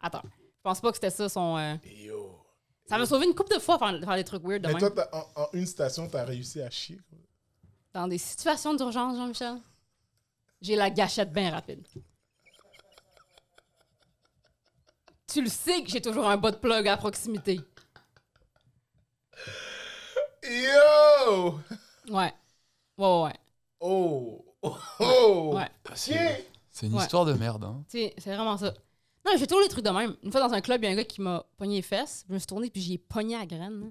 Attends. Je pense pas que c'était ça son. euh, Et Yo. Ça m'a sauvé une couple de fois faire, faire des trucs weird de Mais toi, même. t'as- en, en une station, t'as réussi à chier. Dans des situations d'urgence, Jean-Michel, j'ai la gâchette bien rapide. Tu le sais que j'ai toujours un bas de plug à proximité. Yo! Ouais. Ouais, ouais, ouais. Oh! Oh! Ouais. Ok! C'est une Ouais. histoire de merde. Hein. Tu sais, c'est vraiment ça. Non, j'ai toujours les trucs de même. Une fois dans un club, il y a un gars qui m'a pogné les fesses. Je me suis tournée puis j'ai pogné à graine. là.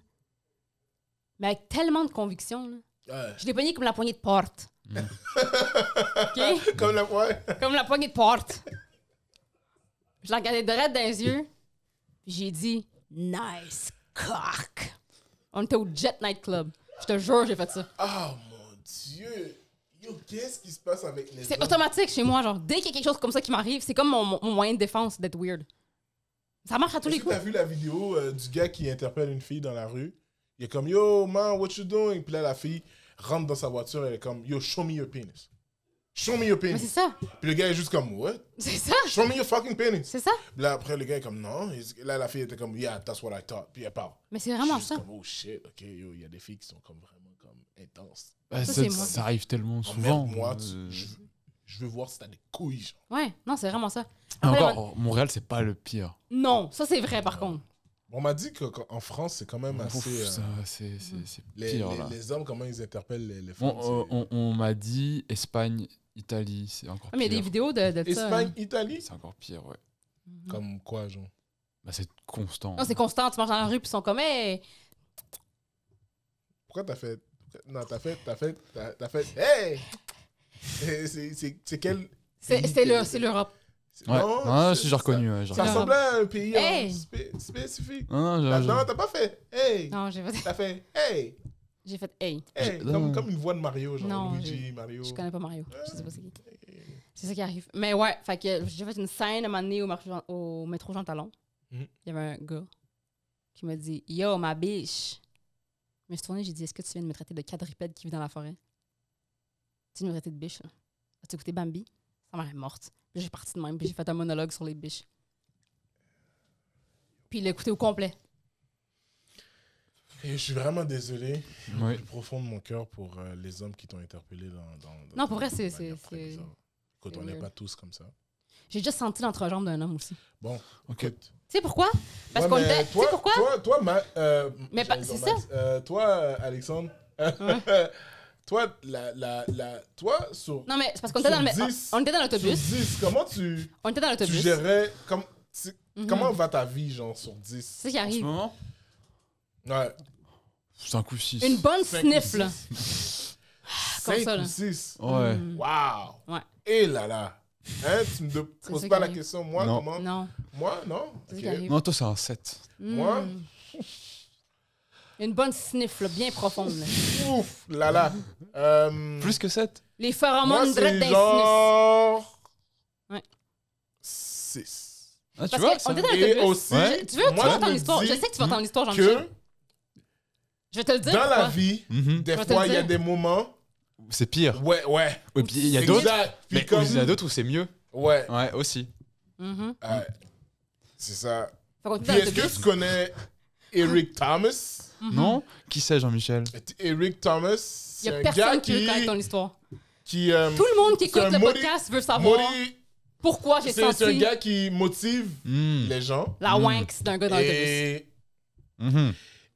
Mais avec tellement de conviction. Là. Ouais. Je l'ai pogné comme la poignée de porte. Mm. OK? Comme la fois. Comme la poignée de porte. Je l'ai regardé direct dans les yeux. Puis j'ai dit Nice cock. On était au Jet Night Club. Je te jure, j'ai fait ça. Ah mon dieu! Yo, qu'est-ce qui se passe avec les C'est hommes? automatique chez moi, genre, dès qu'il y a quelque chose comme ça qui m'arrive, c'est comme mon, mon- mon moyen de défense d'être weird. Ça marche à tous les Est-ce que coups. t'as vu la vidéo euh, du gars qui interpelle une fille dans la rue? Il est comme, yo, man, what you doing? Puis là, la fille rentre dans sa voiture, elle est comme, yo, show me your penis. Show me your Mais c'est penis. ça. Puis le gars est juste comme, what? C'est ça. Show me your fucking penis. C'est ça. Puis là, après, le gars est comme, non. Et Là, la fille était comme, yeah, that's what I thought. Puis elle part. Mais c'est vraiment Je suis ça. juste comme, oh shit, ok, yo, il y a des filles qui sont comme vraiment comme intenses. Bah, Ça, ça, c'est moi. ça arrive tellement souvent. Emmerde-moi, tu- Euh, Oh, je, veux- je veux voir si t'as des couilles, genre. Ouais, non, c'est vraiment ça. et Après, Ah, Encore, oh, Montréal, c'est pas le pire. Non, ça c'est vrai par contre. On m'a dit que- qu'en France, c'est quand même Ouf, assez. euh, ça, c'est Mm. c'est- c'est les, pire, les- là. les hommes, comment ils interpellent les, les femmes. Bon, c'est- euh, on on m'a dit Espagne, Italie, c'est encore Ah, mais il y a des pire. vidéos de, de ça. Espagne, hein. Italie C'est encore pire, ouais. Mhm. Comme quoi, genre Bah, c'est constant. Non, c'est constant. Tu marches dans la rue puis ils sont comme, hey, Pourquoi t'as fait. Non, t'as fait. T'as fait. T'as t'as fait. Hey C'est- c'est- C'est c'est quel. c'est c'est le- c'est l'Europe. c'est- Ouais. Non, non, c'est- si, j'ai reconnu. ouais, j'ai Ça, ça reconnu. ressemblait à un pays en Hey. spé- spécifique. Non, non, Là, j'ai- Non, t'as pas fait. Hey Non, j'ai fait, T'as fait. Hey j'ai fait, hey, Hey Je- euh, comme, non. comme une voix de Mario, genre Non, Luigi, Mario. Euh, je connais pas Mario. Je sais pas c'est qui. C'est ça qui arrive. Mais ouais, fait que j'ai fait une scène à un moment donné au, marché Jean- au métro Jean Talon. Il Mhm. y avait un gars qui m'a dit, yo, ma biche. Mais je suis tournée, j'ai dit, est-ce que tu viens de me traiter de quadripède qui vit dans la forêt? Tu viens de me traiter de biche, là. As-tu écouté Bambi? Ça mère est morte. Puis j'ai parti de même, puis j'ai fait un monologue sur les biches. Puis il l'a écouté au complet. Et je suis vraiment désolé Ouais. du profond de mon cœur pour euh, les hommes qui t'ont interpellé dans, dans- dans- Non, pour dans- vrai, c'est- de manière c'est- très c'est- bizarre. Écoute, c'est on n'est weird. pas tous comme ça. J'ai déjà senti l'entrejambe d'un homme aussi. Bon, Ok. écoute, Tu sais pourquoi? Parce Ouais, qu'on mais était. Tu sais toi- pourquoi? Toi, toi, Ma- euh, Mais j'allais pas- dire c'est Max. Euh, toi, euh, Alexandre. toi, la, la, la, toi, sur, Non, mais c'est parce qu'on était dans le. Sur mé- dix- On était dans sur l'autobus. 10, comment tu, On était dans tu l'autobus. gérais. comme- c'est- Mhm. Comment va ta vie, genre, sur C'est 10 ça qui En ce arrive. moment, Ouais. c'est un coup 6. Une bonne Cinq sniff, ou là. comme 5 ça, ou là. 6. Ouais. Mm. Waouh. Ah, Ouais. Et là là. Hein, tu me de- ça poses qui pas la arrive. question. Moi, Non. comment Non. Moi, non. C'est ça Ok. qui arrive. Non, toi, c'est un 7. Mm. Moi? Une bonne sniff, là, bien profonde. là. Ouf, là là. Euh, Plus que 7 Les Moi, phéromones c'est direct d'un sinus. genre... Ouais. 6. Ah, tu Parce vois que ça on était dans Et l'autobus. aussi, Ouais. Je- Tu veux, moi, tu veux je entendre me l'histoire? Je dis sais que tu vas entendre l'histoire, Jean-Michel. que Je vais te le dire. dans la pourquoi. vie, Mhm. des Je vais te fois, le il y a dire. des moments... C'est pire. Ouais, ouais. Et puis, il y a C'est d'autres. exact. Puis Mais comme- il y a d'autres Ah. où c'est mieux. Ouais, Ouais, aussi. Mhm. ouais. c'est ça. Fait qu'on était Puis dans est-ce que l'autobus. tu connais Eric Thomas? Mhm. Non Qui c'est, Jean-Michel Eric Thomas, c'est Il n'y a un gars personne qui veut qui... connaître ton histoire. qui euh, Tout le monde qui c'est écoute un le maudit- podcast veut savoir Maury, pourquoi j'ai c'est c'est un senti gars qui motive Mhm. les gens. la Mm. wanks d'un gars dans l'autobus. Et, Mhm.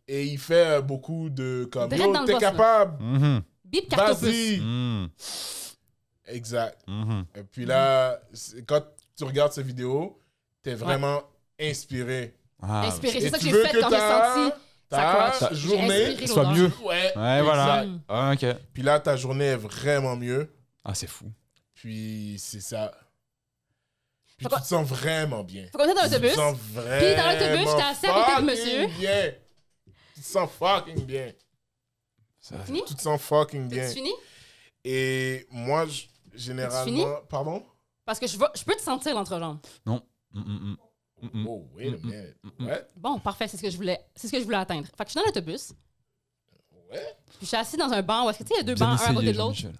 et il fait euh, beaucoup de... comme Direct dans Yo, le t'es boss, là. capable, Mhm. Bip cartopus. vas-y. Mhm. Exact. Mhm. Et puis là, c'est- quand tu regardes ces vidéos, t'es vraiment inspiré. Ah, Inspiré. Et C'est ça que tu j'ai veux fait que quand j'ai ta- senti ta sa cloche. J'ai journée. inspiré Soit l'odeur. mieux. Ouais, Ouais, voilà. exact. Ah, ok. Puis là, ta journée est vraiment mieux. Ah, c'est fou. Puis c'est ça. Puis Fait tu quoi- te sens vraiment bien. Fait qu'on était dans Tu te l'autobus. sens Puis dans l'autobus, j'étais assis à côté fucking du monsieur. Bien. Tu te sens fucking bien. Ça- Fini? Tu te sens fucking bien. C'est fini? Et moi, je- fini? généralement. Pardon? Parce que je, vois- je peux te sentir l'entrejambe. Mhm, mhm. Mm-mm. Oh, wait a Mm-mm. minute. Mm-mm. Ouais, Bon, parfait, c'est ce que je voulais, c'est ce que je voulais atteindre. Fait que je suis dans l'autobus, ouais. puis je suis assis dans un banc où est-ce que tu sais, il y a deux Bien bancs, un à essayé, côté de l'autre. Jean-Michel.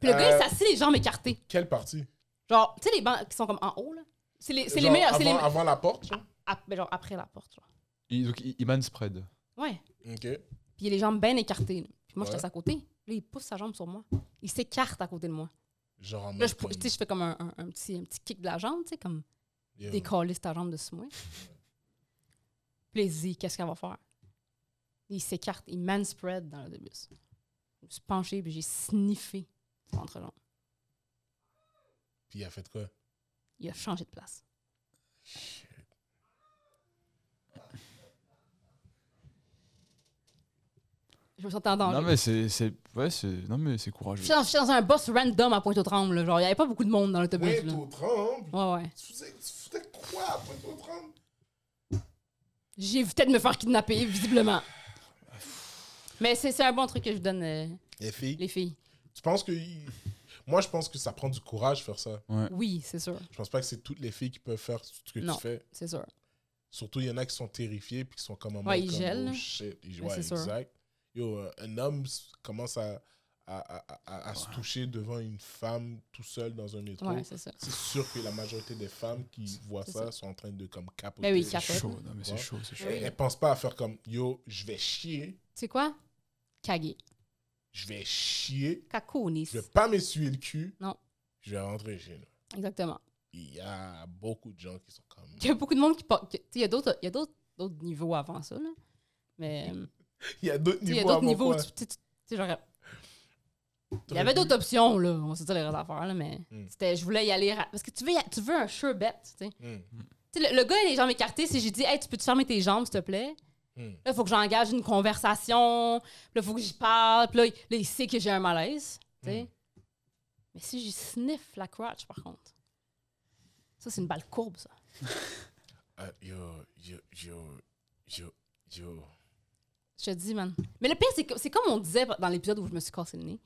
Puis le Euh, gars, il s'assit les jambes écartées. Quelle partie? Genre, tu sais, les bancs qui sont comme en haut, là. C'est les, c'est les Genre meilleurs. Avant, C'est les me- avant la porte? genre? Ah, ben, genre après la porte, genre. Il- Donc, il- Iman spread. Ouais. Ok. Puis il a les jambes bien écartées. là. Puis moi, je Ouais. suis assis à côté. Là, il pousse sa jambe sur moi. Il s'écarte à côté de moi. Genre en Là, mode je, pou- comme- tu sais, je fais comme un, un- un petit, un petit kick de la jambe, tu sais, comme Yeah. décoller ta jambe de sous moi. Plaisir, qu'est-ce qu'elle va faire? Il s'écarte, il manspread dans l'autobus. Je me suis penchée puis j'ai sniffé son entrejambe. Puis il a fait quoi? Il a changé de place. Je me sentais en danger. Non, mais c'est. c'est- Ouais, c'est. Non, mais c'est courageux. Je suis dans, je suis dans un boss random à Pointe-aux-Trembles. là. Genre, il n'y avait pas beaucoup de monde dans l'autobus. Ouais, là. au tremble. Ouais, ouais. Tu faisais, tu foutais quoi après au tremble? J'ai évité de me faire kidnapper, visiblement. Mais c'est c'est un bon truc que je vous donne, euh, Les filles. les filles. Tu penses que. Moi, je pense que ça prend du courage faire ça. Oui, c'est sûr. Je pense pas que c'est toutes les filles qui peuvent faire ce que Non. tu fais. C'est sûr. Surtout, il y en a qui sont terrifiés puis qui sont comme en Ouais, mode ils comme, gèlent, oh là. shit. Ils- Ouais, ouais, c'est sûr. exact. Yo, euh, un homme s- commence à, à, à- à- à se toucher devant une femme tout seul dans un métro. Ouais, c'est ça. C'est sûr que la majorité des femmes qui voient C'est ça, ça. sont en train de comme capoter. Ben oui, C'est C'est capote. chaud, non mais c'est Ouais. chaud, c'est chaud. chaud. Elles ne pensent pas à faire comme yo, je vais chier, C'est quoi? Kage. je vais chier, Kakonis. je vais pas m'essuyer le cul. Non. Je vais rentrer chez nous. Exactement. Il y a beaucoup de gens qui sont comme. Il y a beaucoup de monde qui pense. que- tu sais, Il y a d'autres il y a d'autres- d'autres niveaux avant ça, là. Mais euh, Il y a d'autres tu sais, niveaux. il y a d'autres avant niveaux où quoi. tu, tu- tu- tu sais, genre, Il y avait d'autres options, là. On se dit les vraies affaires, là, mais Hmm. c'était je voulais y aller. ra- Parce que tu veux, y a- tu veux un sure bet, tu sais. Hmm, Tu sais, le, le gars, il a les jambes écartées. Si j'ai dit, hey, tu peux te fermer tes jambes, s'il te plaît. hmm. Là, faut que j'engage une conversation. Puis là, faut que j'y parle. Puis là, il- là, il sait que j'ai un malaise. tu sais. Mm. Mais si j'y sniff la crotch, par contre. Ça, c'est une balle courbe, ça. Ah, yo, yo, yo, yo, yo. Je te dis, man. Mais le pire, c'est que- c'est comme on disait dans l'épisode où je me suis cassé le nez.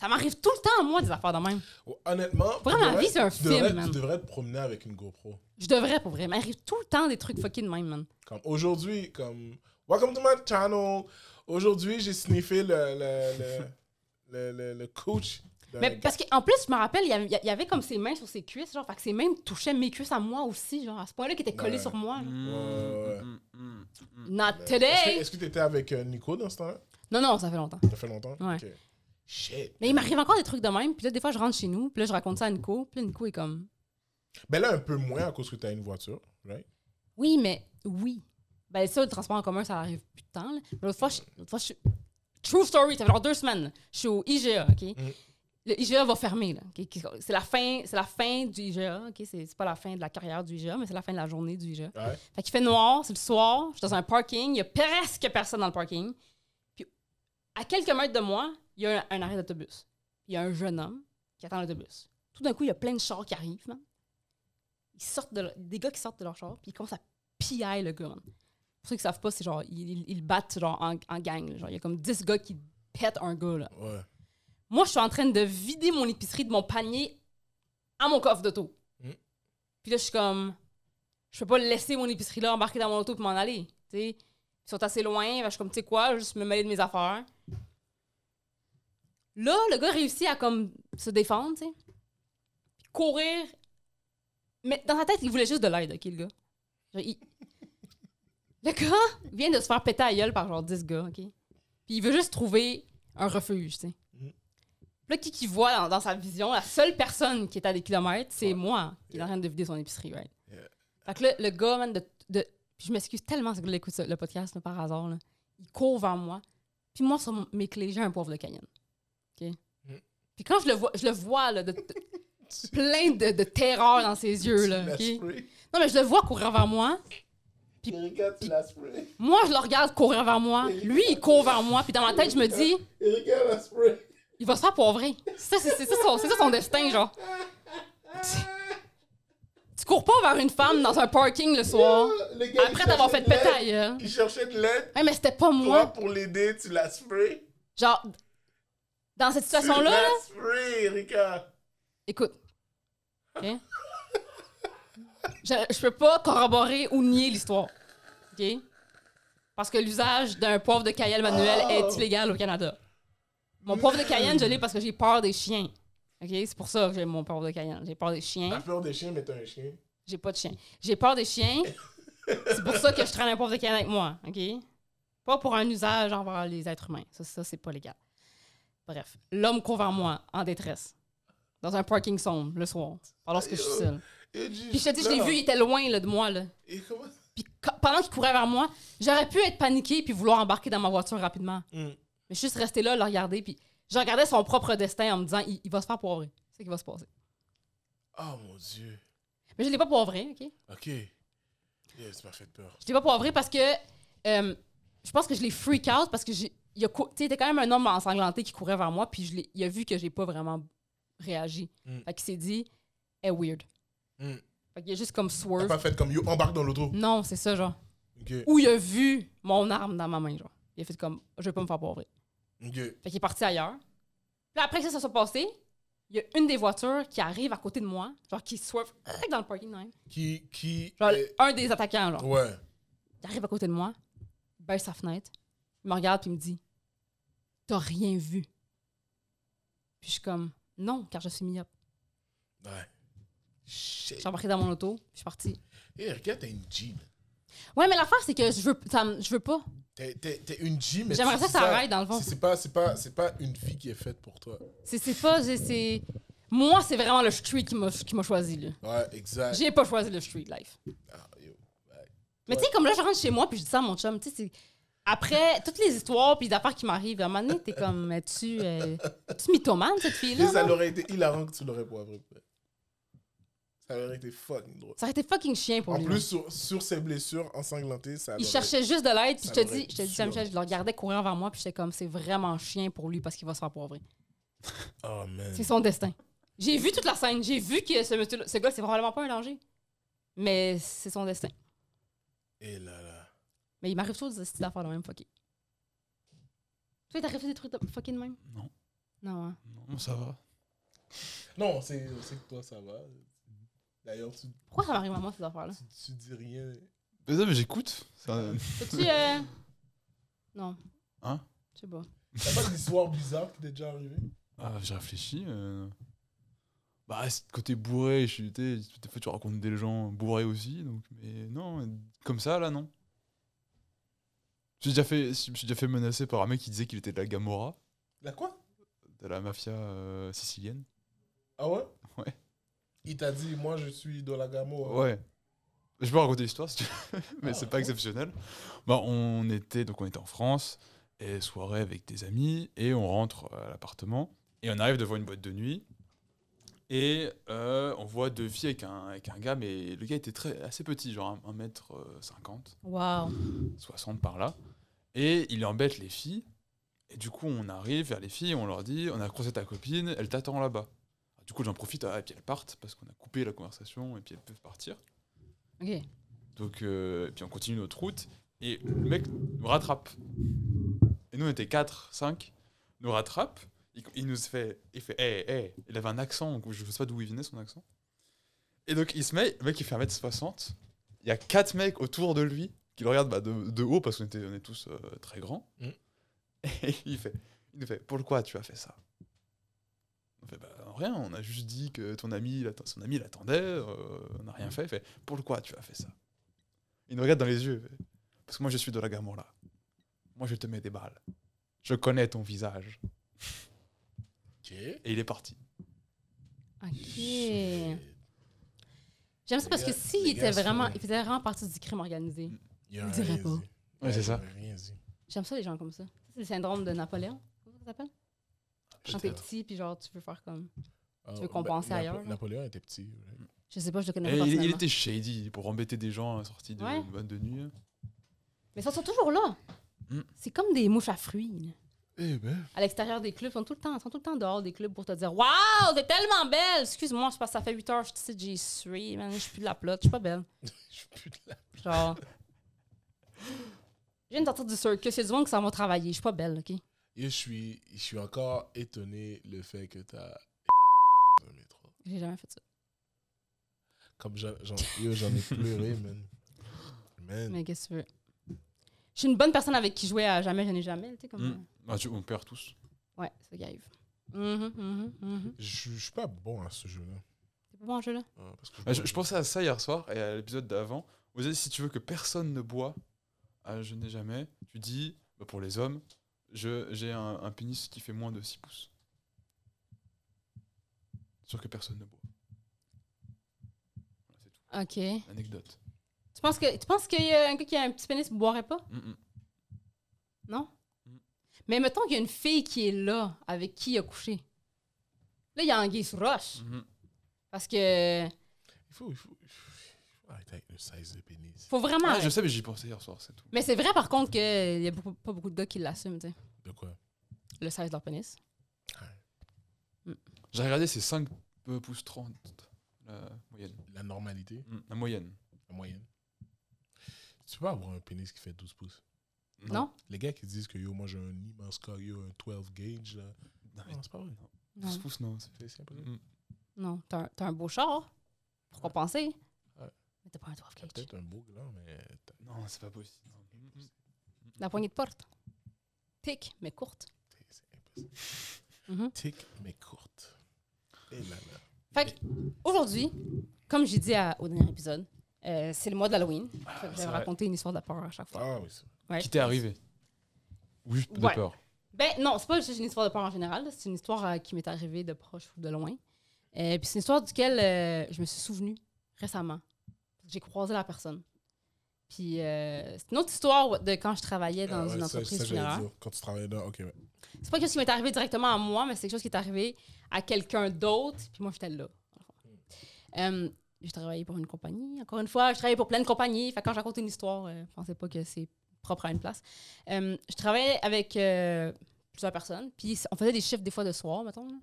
Ça m'arrive tout le temps, moi, des affaires de même. Ouais, Honnêtement, tu Vraiment, la devrais- vie, c'est un tu devrais- film, man. Tu devrais te promener avec une GoPro. Je devrais, pour vrai. Il m'arrive tout le temps des trucs fucking de même, man. Comme aujourd'hui, comme Welcome to my channel. Aujourd'hui, j'ai sniffé le, le, le, le, le, le coach. d'un Mais gars. parce qu'en plus, je me rappelle, il y avait- il y avait comme ses mains sur ses cuisses, genre, fait que ses mains me touchaient mes cuisses à moi aussi, genre, à ce point-là, qui était collé Ouais. sur moi. là. ouais. Mm, mm, mm, mm. Not Euh, Est-ce que- today! Est-ce que tu étais avec euh, Nico dans ce temps-là Non, non, ça fait longtemps. Ça fait longtemps Ouais. Ok. Shit. Mais il m'arrive encore des trucs de même, puis là, des fois, je rentre chez nous, puis là, je raconte ça à Nico, puis là, Nico est comme, Ben là, un peu moins à cause que tu as une voiture, right oui, mais oui. Ben ça, le transport en commun, ça arrive plus de temps, là. Mais l'autre fois, je- l'autre fois, je suis... True story, ça fait genre deux semaines, là. je suis au IGA, OK? Mm. Le IGA va fermer, là. ok? C'est la fin, c'est la fin du IGA, OK? C'est c'est pas la fin de la carrière du IGA, mais c'est la fin de la journée du IGA. Ouais. Fait qu'il fait noir, c'est le soir, je suis dans un parking, il y a presque personne dans le parking. Puis à quelques mètres de moi, il y a un, un arrêt d'autobus. Il y a un jeune homme qui attend l'autobus. Tout d'un coup, il y a plein de chars qui arrivent, man. Ils sortent de leur- des gars qui sortent de leur char, puis ils commencent à piller le gars, man. Pour ceux qui savent pas, c'est genre, ils, ils- ils battent genre, en, en gang. là. Genre, il y a comme 10 gars qui pètent un gars, là. Ouais. Moi, je suis en train de vider mon épicerie de mon panier à mon coffre d'auto. Mm. Puis là, je suis comme, je peux pas laisser mon épicerie là embarquer dans mon auto pour m'en aller. tu sais. Ils sont assez loin, fait que je suis comme, tu sais quoi, je vais juste me mêler de mes affaires. Là, le gars réussit à comme se défendre, tu sais. Puis courir. Mais dans sa tête, il voulait juste de l'aide, ok, le gars. Genre, il- Le gars vient de se faire péter à la gueule par genre 10 gars, ok. Puis il veut juste trouver un refuge, tu sais. Mm. Là, qui qui voit dans, dans sa vision, la seule personne qui est à des kilomètres, c'est Ouais. moi qui est en train de vider son épicerie, right? Fait que là, le gars, man, de. de- puis je m'excuse tellement si le gars écoute ça, le podcast là, par hasard, là. Il court vers moi. Puis moi, sur mon- mes clés, j'ai un poivre de cayenne. OK? Mm. Puis quand je le vois, je le vois, là, de, de- plein de, de terreur dans ses yeux, Tu là. l'as OK? spray. Non, mais je le vois courir vers moi. Puis- Erika, tu l'as spray. Moi, je le regarde courir vers moi. Lui, il court vers moi. Puis dans ma tête, je me dis, Erika l'a spray. il va se faire poivrer. C'est ça, c'est- c'est ça son- c'est ça son destin, genre. Tu cours pas vers une femme dans un parking le soir Le gars, il après t'avoir fait cherchait de péter l'aide. ailleurs. Il cherchait de l'aide. mais c'était pas Toi, moi. pour l'aider, tu l'as spray. Genre, dans cette situation-là, là, Tu l'as spray, Erika. écoute. OK? Je, je peux pas corroborer ou nier l'histoire. OK? Parce que l'usage d'un poivre de cayenne manuel Oh! est illégal au Canada. Mon poivre de cayenne, je l'ai parce que j'ai peur des chiens. OK? C'est pour ça que j'ai mon poivre de cayenne. J'ai peur des chiens. T'as peur des chiens, mais t'es un chien. J'ai pas de chien. J'ai peur des chiens. c'est pour ça que je traîne un pauvre de canne avec moi, OK? Pas pour un usage envers les êtres humains. Ça, ça c'est pas légal. Bref, l'homme court vers moi en détresse. Dans un parking sombre le soir, pendant que je suis seule. Puis je te dis, je l'ai vu, il était loin là, de moi. Là. Et comment Puis quand- pendant qu'il courait vers moi, j'aurais pu être paniqué puis vouloir embarquer dans ma voiture rapidement. Mm. Mais je suis juste resté là, le regarder. Puis je regardais son propre destin en me disant, il, il va se faire poivrer. C'est ce qui va se passer. Oh mon dieu. Mais je l'ai pas poivré, OK? Ok. Yeah, c'est pas fait peur. Je l'ai pas poivré parce que euh, je pense que je l'ai freak out parce que j'ai. Il a cou- tu sais, c'était quand même un homme ensanglanté qui courait vers moi, puis je l'ai- il a vu que j'ai pas vraiment réagi. Mm. Fait qu'il s'est dit, est weird. Mm. Fait qu'il a juste comme T'as swerve. pas fait comme yo, embarque dans l'auto. Non, c'est ça, genre. Ok. Ou il a vu mon arme dans ma main, genre. Il a fait comme, je vais pas me faire poivrer. Ok. Fait qu'il est parti ailleurs. Puis après que ça, ça soit passé, il y a une des voitures qui arrive à côté de moi, genre qui swerve euh, dans le parking même. Qui. qui Genre est- un des attaquants, genre. Ouais. Il arrive à côté de moi, baisse sa fenêtre, il me regarde puis il me dit T'as rien vu. Puis je suis comme Non, car je suis myope. Ouais. Shit. J'ai embarqué dans mon auto, puis je suis partie. Hey, regarde, t'es une G, man. Ouais, mais l'affaire, c'est que je veux, ça me- je veux pas. T'es- T'es t'es une G, mais. J'aimerais tu- ça que ça arrête, dans le fond. c'est- C'est pas, c'est pas, c'est pas une fille qui est faite pour toi. C'est c'est pas. j'ai- c'est- Moi, c'est vraiment le street qui m'a qui m'a choisi, là. Ouais, exact. J'ai pas choisi le street life. Ah, yo. Mais tu sais, comme là, je rentre chez moi, puis je dis ça à mon chum, tu sais, c'est- Après toutes les histoires puis les affaires qui m'arrivent, à un moment donné, t'es comme, tu euh, tu mythomane, cette Et fille-là? ça là? l'aurait été hilarant que tu l'aurais pour vrai. Ça aurait été fucking drôle. Ça aurait été fucking chien pour En lui. plus, sur, sur ses blessures ensanglantées, ça Il l'aurait- cherchait juste de l'aide, puis Ça je te l'aurait dis, je te dis, tué. Jean-Michel, je le regardais courir vers moi, puis j'étais comme, c'est vraiment chien pour lui parce qu'il va se faire poivrer. Oh, man. C'est son destin. J'ai vu toute la scène, j'ai vu que ce, monsieur, ce gars, c'est probablement pas un danger. Mais c'est son destin. Et Eh là, là. Mais il m'arrive toujours des petites affaires de même, fucké. Tu sais, t'arrives des trucs de fucking même? Non. Non, hein. mm. Non, ça va. Non, c'est on sait que toi, ça va. D'ailleurs, tu, Pourquoi ça m'arrive à moi, ces affaires-là? tu, tu dis rien. Mais non, mais j'écoute. Ça- Peux-tu. euh, Non. Hein? Je sais pas. T'as pas d'histoire bizarre qui t'est déjà arrivée Ah, j'ai réfléchi. euh. Bah, c'est côté bourré, je suis. t'es- Des fois, tu racontes des gens bourrés aussi, donc. Mais non, comme ça, là, non. J'ai déjà fait, je me suis déjà fait menacer par un mec qui disait qu'il était de la Gamora, La quoi de la mafia euh, sicilienne. Ah ouais Ouais. Il t'a dit, moi, je suis de la Gamo. Ouais. Je peux raconter l'histoire, si tu veux, mais Ah, c'est pas ouais. exceptionnel. Bah, on était donc on était en France et soirée avec des amis et on rentre à l'appartement et on arrive devant une boîte de nuit et euh, on voit deux filles avec un, avec un gars mais le gars était très assez petit genre 1 m 50 Waouh. 60 euh, par là et il embête les filles et du coup on arrive vers les filles on leur dit on a croisé ta copine elle t'attend là-bas du coup j'en profite ah, et puis elles partent parce qu'on a coupé la conversation et puis elles peuvent partir Ok. donc, euh, et puis on continue notre route. Et le mec nous rattrape. Et nous, on était 4, 5. Nous rattrape. Il, il nous fait. Il fait. Hey, hey. Il avait un accent. donc Je sais pas d'où il venait son accent. Et donc, il se met. Le mec, il fait 1m60. Il y a 4 mecs autour de lui qui le regardent bah, de, de haut parce qu'on était, on est tous euh, très grands. Mm. Et il fait. Il nous fait. Pourquoi tu as fait ça On fait. Bah, rien. On a juste dit que ton ami. il atten- Son ami l'attendait. euh, on n'a rien fait. Il fait. Pourquoi tu as fait ça il nous regarde dans les yeux. Parce que moi, je suis de la Gamora. Moi, je te mets des balles. Je connais ton visage. Ok. Et il est parti. Ok. J'aime ça Les parce que gars- s'il les gars était sont- vraiment, il faisait vraiment partie du crime organisé. Il aurait dirait rien pas. dit. Ouais, c'est Il ça. aurait rien dit. J'aime ça les gens comme ça. Ça, C'est le syndrome de Napoléon. Comment ça s'appelle? Ah, Quand t'es petit, puis genre, tu veux faire comme. Ah, veux compenser Napo- ailleurs, là Napoléon était petit. ouais. Je sais pas, je le connais Et Eh, pas il, personnellement. il était shady pour embêter des gens hein, sortis de hein. Ouais. boîte de nuit. Mais ils sont toujours là. Mm. C'est comme des mouches à fruits. là. Eh ben. À l'extérieur des clubs, ils sont tout le temps, ils sont tout le temps dehors des clubs pour te dire Waouh, t'es tellement belle! Excuse-moi, c'est parce que ça fait 8 heures, je suis j'y suis, man, je suis plus de la plotte, je suis pas belle. Je suis plus de la. Genre. Je viens de sortir du circus, il y a du monde qui s'en va travailler, je suis pas belle, ok? Et Je suis, je suis encore étonné le fait que t'as. dans le métro. J'ai jamais fait ça. Comme j'en j'en- yo, j'en ai pleuré, man. Man. Mais qu'est-ce que tu veux? Je suis une bonne personne avec qui jouer à jamais, je n'ai jamais, tu sais, comme. Mm. Ah, tu- on perd tous. Ouais, c'est ça qui arrive. Mhm, mhm, mhm. Je je suis pas bon à ce jeu-là. C'est pas bon en jeu là? Ah, parce que Ah, Je, je pensais à ça hier soir et à l'épisode d'avant. Vous savez, si tu veux que personne ne boit, à je n'ai jamais, tu dis, bah, pour les hommes, je- j'ai un, un pénis qui fait moins de 6 pouces. Sûr que personne ne boit. Voilà, c'est tout. Ok. Tu Anecdote. penses que tu penses qu'il y a un gars qui a un petit pénis ne boirait pas? Mm, mm. Non? Mm. Mais mettons qu'il y a une fille qui est là avec qui il a couché. Là, il y a un gay sur roche. Mhm. Parce que Il faut, il faut, il faut- il faut arrêter avec le size de pénis. faut vraiment. Ah, je sais, mais j'y pensais hier soir, c'est tout. Mais c'est vrai par contre qu'il y a beaucoup- pas beaucoup de gars qui l'assument, tu sais. De quoi Le size de leur pénis. J'ai regardé, c'est 5 pouces 30, la moyenne. La normalité, Mm, La moyenne. la moyenne. Tu peux pas avoir un pénis qui fait 12 pouces. Non? Les gars qui disent que yo, moi j'ai un immense corps, yo, un 12 gauge, là. Non, mais- Non, c'est pas vrai. Non, 12 pouces, non. c'est- C'est- c'est impossible. Mm. non. T'as un, t'as un beau char pour compenser. Ouais. Mais t'as pas un 12 T'as cage. peut-être un bouc là, mais. t'as- Non, c'est pas possible. Mm, mm. La poignée de porte. Tic, mais courte. t'es- C'est impossible. Mhm. Tic, mais courte. Et là là. Fait que, aujourd'hui, comme j'ai dit à- au dernier épisode, euh, c'est le mois d'Halloween. Fait que je c'est vais vrai. raconter une histoire de la peur à chaque fois. Ah oui, c'est Ouais. Qui t'est arrivé Ou juste de Ouais. peur Ben non, c'est pas juste une histoire de peur en général. là. C'est une histoire euh, qui m'est arrivée de proche ou de loin. Euh, Puis c'est une histoire duquel euh, je me suis souvenue récemment. J'ai croisé la personne. Puis euh, c'est une autre histoire de quand je travaillais dans Ah ouais, une ça- entreprise ça, j'allais funéraire. dire. Quand tu travailles là, ok, ouais. C'est pas quelque chose qui m'est arrivé directement à moi, mais c'est quelque chose qui est arrivé à quelqu'un d'autre. Puis moi, j'étais là. Euh, j'ai travaillé pour une compagnie. Encore une fois, je travaillais pour plein de compagnies. Fait que quand je raconte une histoire, euh, pensez pas que c'est propre à une place. Euh, je travaillais avec euh, plusieurs personnes. Puis on faisait des chiffres des fois de soir, mettons. là.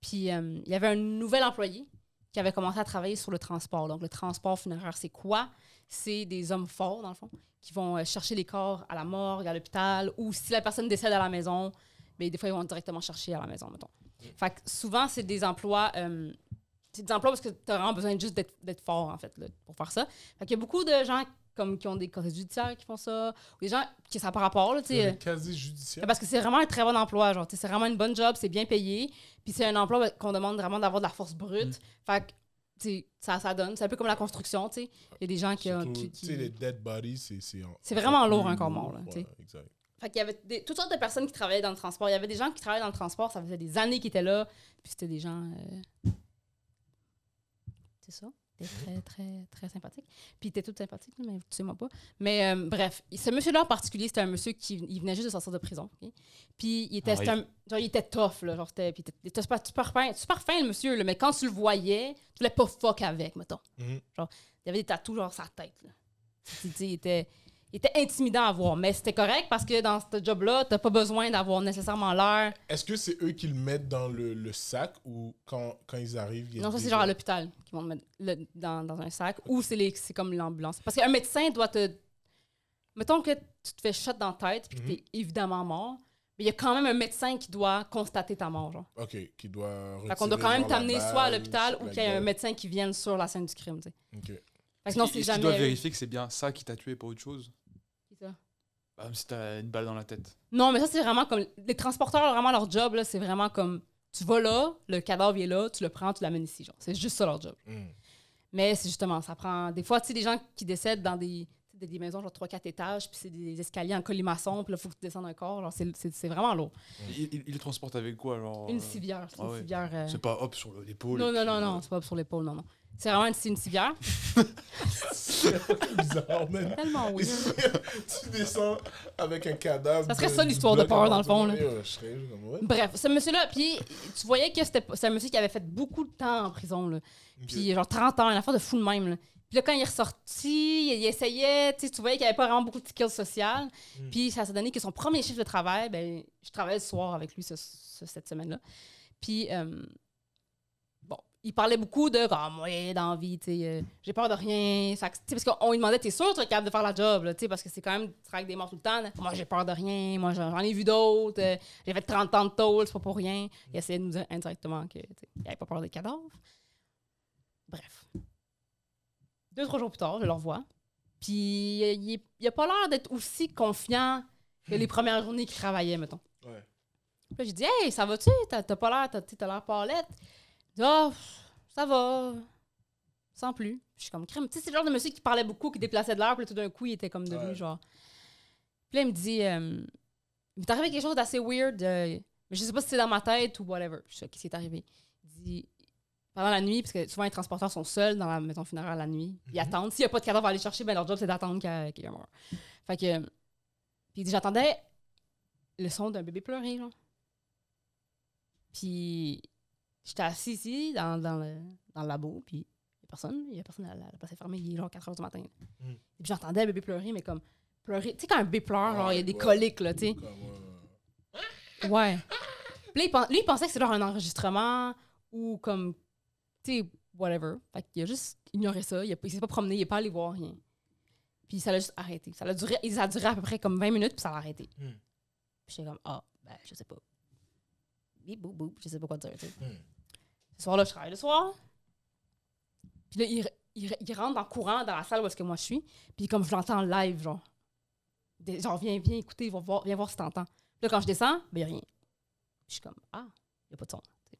Puis euh, il y avait un nouvel employé qui avait commencé à travailler sur le transport. Donc le transport funéraire, c'est quoi? C'est des hommes forts, dans le fond, qui vont euh, chercher les corps à la morgue, à l'hôpital, ou si la personne décède à la maison, mais des fois, ils vont directement chercher à la maison, mettons. Fait que souvent, c'est des emplois. euh, c'est des emplois parce que tu as vraiment besoin juste d'être d'être fort, en fait, là, pour faire ça. Fait qu'il y a beaucoup de gens comme qui ont des causes judiciaires qui font ça, ou des gens qui ça a pas rapport, là, tu sais. euh, C'est quasi judiciaire. Parce que c'est vraiment un très bon emploi, genre, tu sais, c'est vraiment une bonne job, c'est bien payé, puis c'est un emploi qu'on demande vraiment d'avoir de la force brute. Mm. Fait que, tu sais, ça, ça donne. C'est un peu comme la construction, tu sais. Il y a des gens qui... ont- Surtout, qui- Tu sais, les qui... dead bodies, c'est. C'est en- C'est vraiment plus lourd, un corps mort, là, tu Ouais, sais. exact. Fait qu'il y avait des- toutes sortes de personnes qui travaillaient dans le transport. Il y avait des gens qui travaillaient dans le transport, ça faisait des années qu'ils étaient là. Puis c'était des gens. euh, C'est ça? Des très, très, très sympathiques. Puis ils étaient tous sympathiques, là, mais tu sais, moi pas. Mais euh, bref, ce monsieur-là en particulier, c'était un monsieur qui il venait juste de sortir de prison. ok? Puis il était, Ah oui. c'était un- genre, il était tough, là. Genre, c'était, puis il était- il était super, super fin, super fin, le monsieur, là, mais quand tu le voyais, tu voulais pas fuck avec, mettons. Mhm. Genre, il y avait des tatous, genre, sa tête, là. Tu sais, il était, il était intimidant à voir, mais c'était correct parce que dans ce job-là, t'as pas besoin d'avoir nécessairement l'air. Est-ce que c'est eux qui le mettent dans le, le sac ou quand, quand ils arrivent il y a Non, ça, c'est déjà- genre à l'hôpital qui vont te mettre le- dans, dans un sac ou c'est les- c'est comme l'ambulance. Parce qu'un médecin doit te. Mettons que tu te fais shot dans la tête Mhm. puis que t'es évidemment mort, mais il y a quand même un médecin qui doit constater ta mort. Genre. Ok, qui doit. Fait qu'on doit quand même retirer, genre, la t'amener soit à balle, l'hôpital sur ou la qu'il y ait un gueule. médecin qui vienne sur la scène du crime. tu sais. Ok. Fait que non, Est-ce c'est que Tu dois jamais. vérifier que c'est bien ça qui t'a tué et pas autre chose. Bah, si t'as une balle dans la tête. Non, mais ça, c'est vraiment comme. Les transporteurs, vraiment, leur job, là, c'est vraiment comme. Tu vas là, le cadavre il est là, tu le prends, tu l'amènes ici. genre. C'est juste ça leur job. Hmm. Mais c'est justement, ça prend. Des fois, tu sais, des gens qui décèdent dans des, tu sais, des- des maisons, genre 3-4 étages, puis c'est des escaliers en colimaçon, puis là, il faut que tu descendes un corps. genre, c'est- C'est c'est vraiment lourd. Mm. Il, il- il le transporte avec quoi alors Une euh, civière. C'est ah une ouais. civière. euh, C'est pas hop sur le- l'épaule. Non, et non, puis, non, euh, non, c'est pas sur l'épaule, non, non. C'est vraiment une, c'est une civière. C'est bizarre, man. Tellement oui. tu descends avec un cadavre. Ça serait de- ça, du l'histoire de bloc peur, dans le fond, là. appartement. Et, euh, Je serais juste comme, ouais. Bref, ce monsieur-là, puis tu voyais que c'était c'est un monsieur qui avait fait beaucoup de temps en prison, là. Ok. Puis genre 30 ans, une affaire de fou de même. Là. Puis là, quand il est ressorti, il, il essayait, tu sais, tu voyais qu'il n'y avait pas vraiment beaucoup de skills sociales. Mm. Puis ça s'est donné que son premier chiffre de travail, ben, je travaillais le soir avec lui ce- ce- cette semaine-là. Puis, euh, bon, il parlait beaucoup de comme, ouais, d'envie, tu sais, euh, j'ai peur de rien. Fait que, tu sais, parce qu'on lui demandait, t'es sûr que tu es capable de faire la job, là, tu sais, parce que c'est quand même, tu travailles avec des morts tout le temps. là. Moi, j'ai peur de rien, moi, j'en j'en ai vu d'autres, euh, j'ai fait 30 ans de tôle, c'est pas pour rien. Il essayait de nous dire indirectement que, tu sais, il n'avait pas peur des cadavres. Bref. Deux, trois jours plus tard, je le revois. Puis euh, il, est- il a pas l'air d'être aussi confiant que les premières journées qu'il travaillait, mettons. Ouais. Puis là, j'ai dit, hey, ça va-tu? T'as t'as pas l'air, t'as t'sais, t'as l'air pâlette. Il dit, Ah, pff, ça va. Sans plus. Je suis comme crème. Tu sais, c'est le genre de monsieur qui parlait beaucoup, qui déplaçait de l'air, puis là, tout d'un coup, il était comme devenu Ouais. genre. Puis là, il me dit, euh, il m'est arrivé quelque chose d'assez weird. euh, mais je sais pas si c'est dans ma tête ou whatever. Je sais pas ce qui est arrivé. Il dit, pendant la nuit, parce que souvent les transporteurs sont seuls dans la maison funéraire la nuit. Mm-hmm. Ils attendent. S'il n'y a pas de cadavre à aller chercher, ben leur job, c'est d'attendre qu'il qu'il meure. Fait que. Puis il dit, j'entendais le son d'un bébé pleurer, genre. Puis j'étais assis ici, dans, dans le, dans le labo, puis il a personne. Il y a personne à la, la place est fermée, il est genre 4 h du matin. Mm. Et puis j'entendais le bébé pleurer, mais comme pleurer. Tu sais, quand un bébé pleure, genre, il y a des Ouais. coliques, là, tu sais. Comme, euh, Ouais. Ah! Puis là, il pen- lui, il pensait que c'était genre un enregistrement ou comme, tu sais, whatever. Fait qu'il a juste ignoré ça. Il, a- il s'est pas promené, il est pas allé voir rien. Puis ça l'a juste arrêté. Ça a duré, ça a duré à peu près comme 20 minutes, puis ça l'a arrêté. Hmm. Puis j'étais comme, ah, ben, je sais pas. bip, boop, boop, je sais pas quoi dire. tu sais. Hmm. Ce soir-là, je travaille le soir. Puis là, il, re- il re- il rentre en courant dans la salle où est-ce que moi je suis. Puis comme je l'entends live, genre, Des- genre, viens, viens écouter, va voir, viens voir si t'entends. Puis là, quand je descends, ben, il a rien. Je suis comme, ah, il a pas de son. tu sais.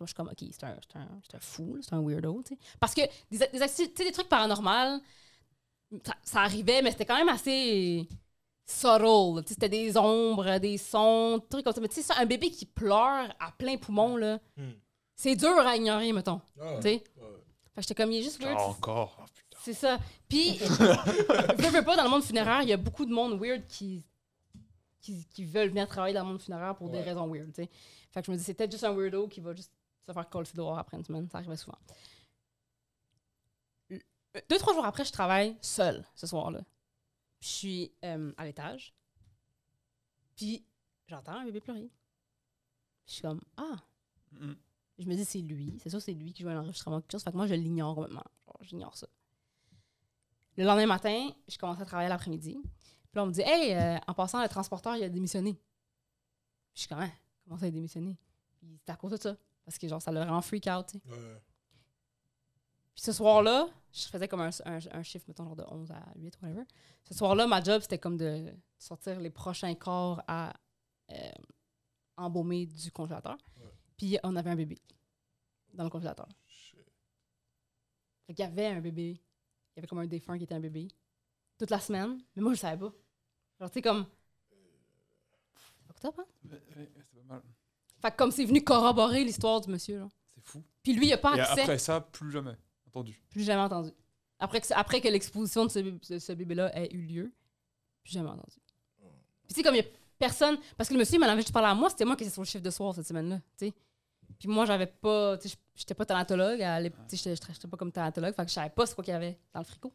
Moi, je suis comme, OK, c'est un, c'est un- c'est un fou, là, c'est un weirdo. tu sais. Parce que des, a- des, acti- tu sais, des trucs paranormaux, ça, ça arrivait, mais c'était quand même assez subtle. tu sais, C'était des ombres, des sons, des trucs comme ça. Mais tu sais, ça, un bébé qui pleure à plein poumon, là, Hmm. c'est dur à ignorer, mettons. Ah, Tu sais? ouais. Fait que j'étais comme, il est juste weird. encore. Oh, putain. C'est ça. Puis, veux, veux pas, dans le monde funéraire, il y a beaucoup de monde weird qui, qui, qui veulent venir travailler dans le monde funéraire pour des Ouais. raisons weird, tu sais. Fait que je me dis, c'est peut-être juste un weirdo qui va juste se faire coller dehors après une semaine. Ça arrivait souvent. Euh, Deux, trois jours après, je travaille seule ce soir-là. Je suis euh, à l'étage. Puis, j'entends un bébé pleurer. Je suis comme, ah, Mm. je me dis, c'est lui. C'est sûr, c'est lui qui joue à l'enregistrement, quelque chose. Fait que moi, je l'ignore complètement. Genre, J'ignore ça. Le lendemain matin, je commence à travailler l'après-midi. Puis là, on me dit, hey, euh, en passant, le transporteur, il a démissionné. Je suis quand même, comment ça, il a démissionné? Puis c'est à cause de ça. Parce que, genre, ça le rend freak out, tu sais. Ouais. Puis ce soir-là, je faisais comme un, un, un chiffre, mettons, genre de 11 à 8, whatever. Ce soir-là, ma job, c'était comme de sortir les prochains corps à euh, embaumer du congélateur. Ouais. Puis on avait un bébé dans le congélateur. Shit. Fait qu'il y avait un bébé. Il y avait comme un défunt qui était un bébé. Toute la semaine. Mais moi, je le savais pas. Genre, tu sais, comme. C'est pas top, hein? Ouais, ouais, c'est pas mal. Fait que comme c'est venu corroborer l'histoire du monsieur, là. C'est fou. Puis lui, il a pas Et accès. après ça, plus jamais. Entendu. Plus jamais entendu. Après que, après que l'exposition de ce, bébé- de ce bébé-là ait eu lieu, plus jamais entendu. Puis tu sais, comme il y a personne. Parce que le monsieur, il m'en avait juste parlé à moi, c'était moi qui étais sur le chiffre de soir cette semaine-là, tu sais. Puis moi, j'avais pas. Tu sais, j'étais pas thanatologue. à l'ép- Tu sais, j'étais- j'étais pas comme thanatologue, fait que je savais pas ce qu'il y avait dans le frigo.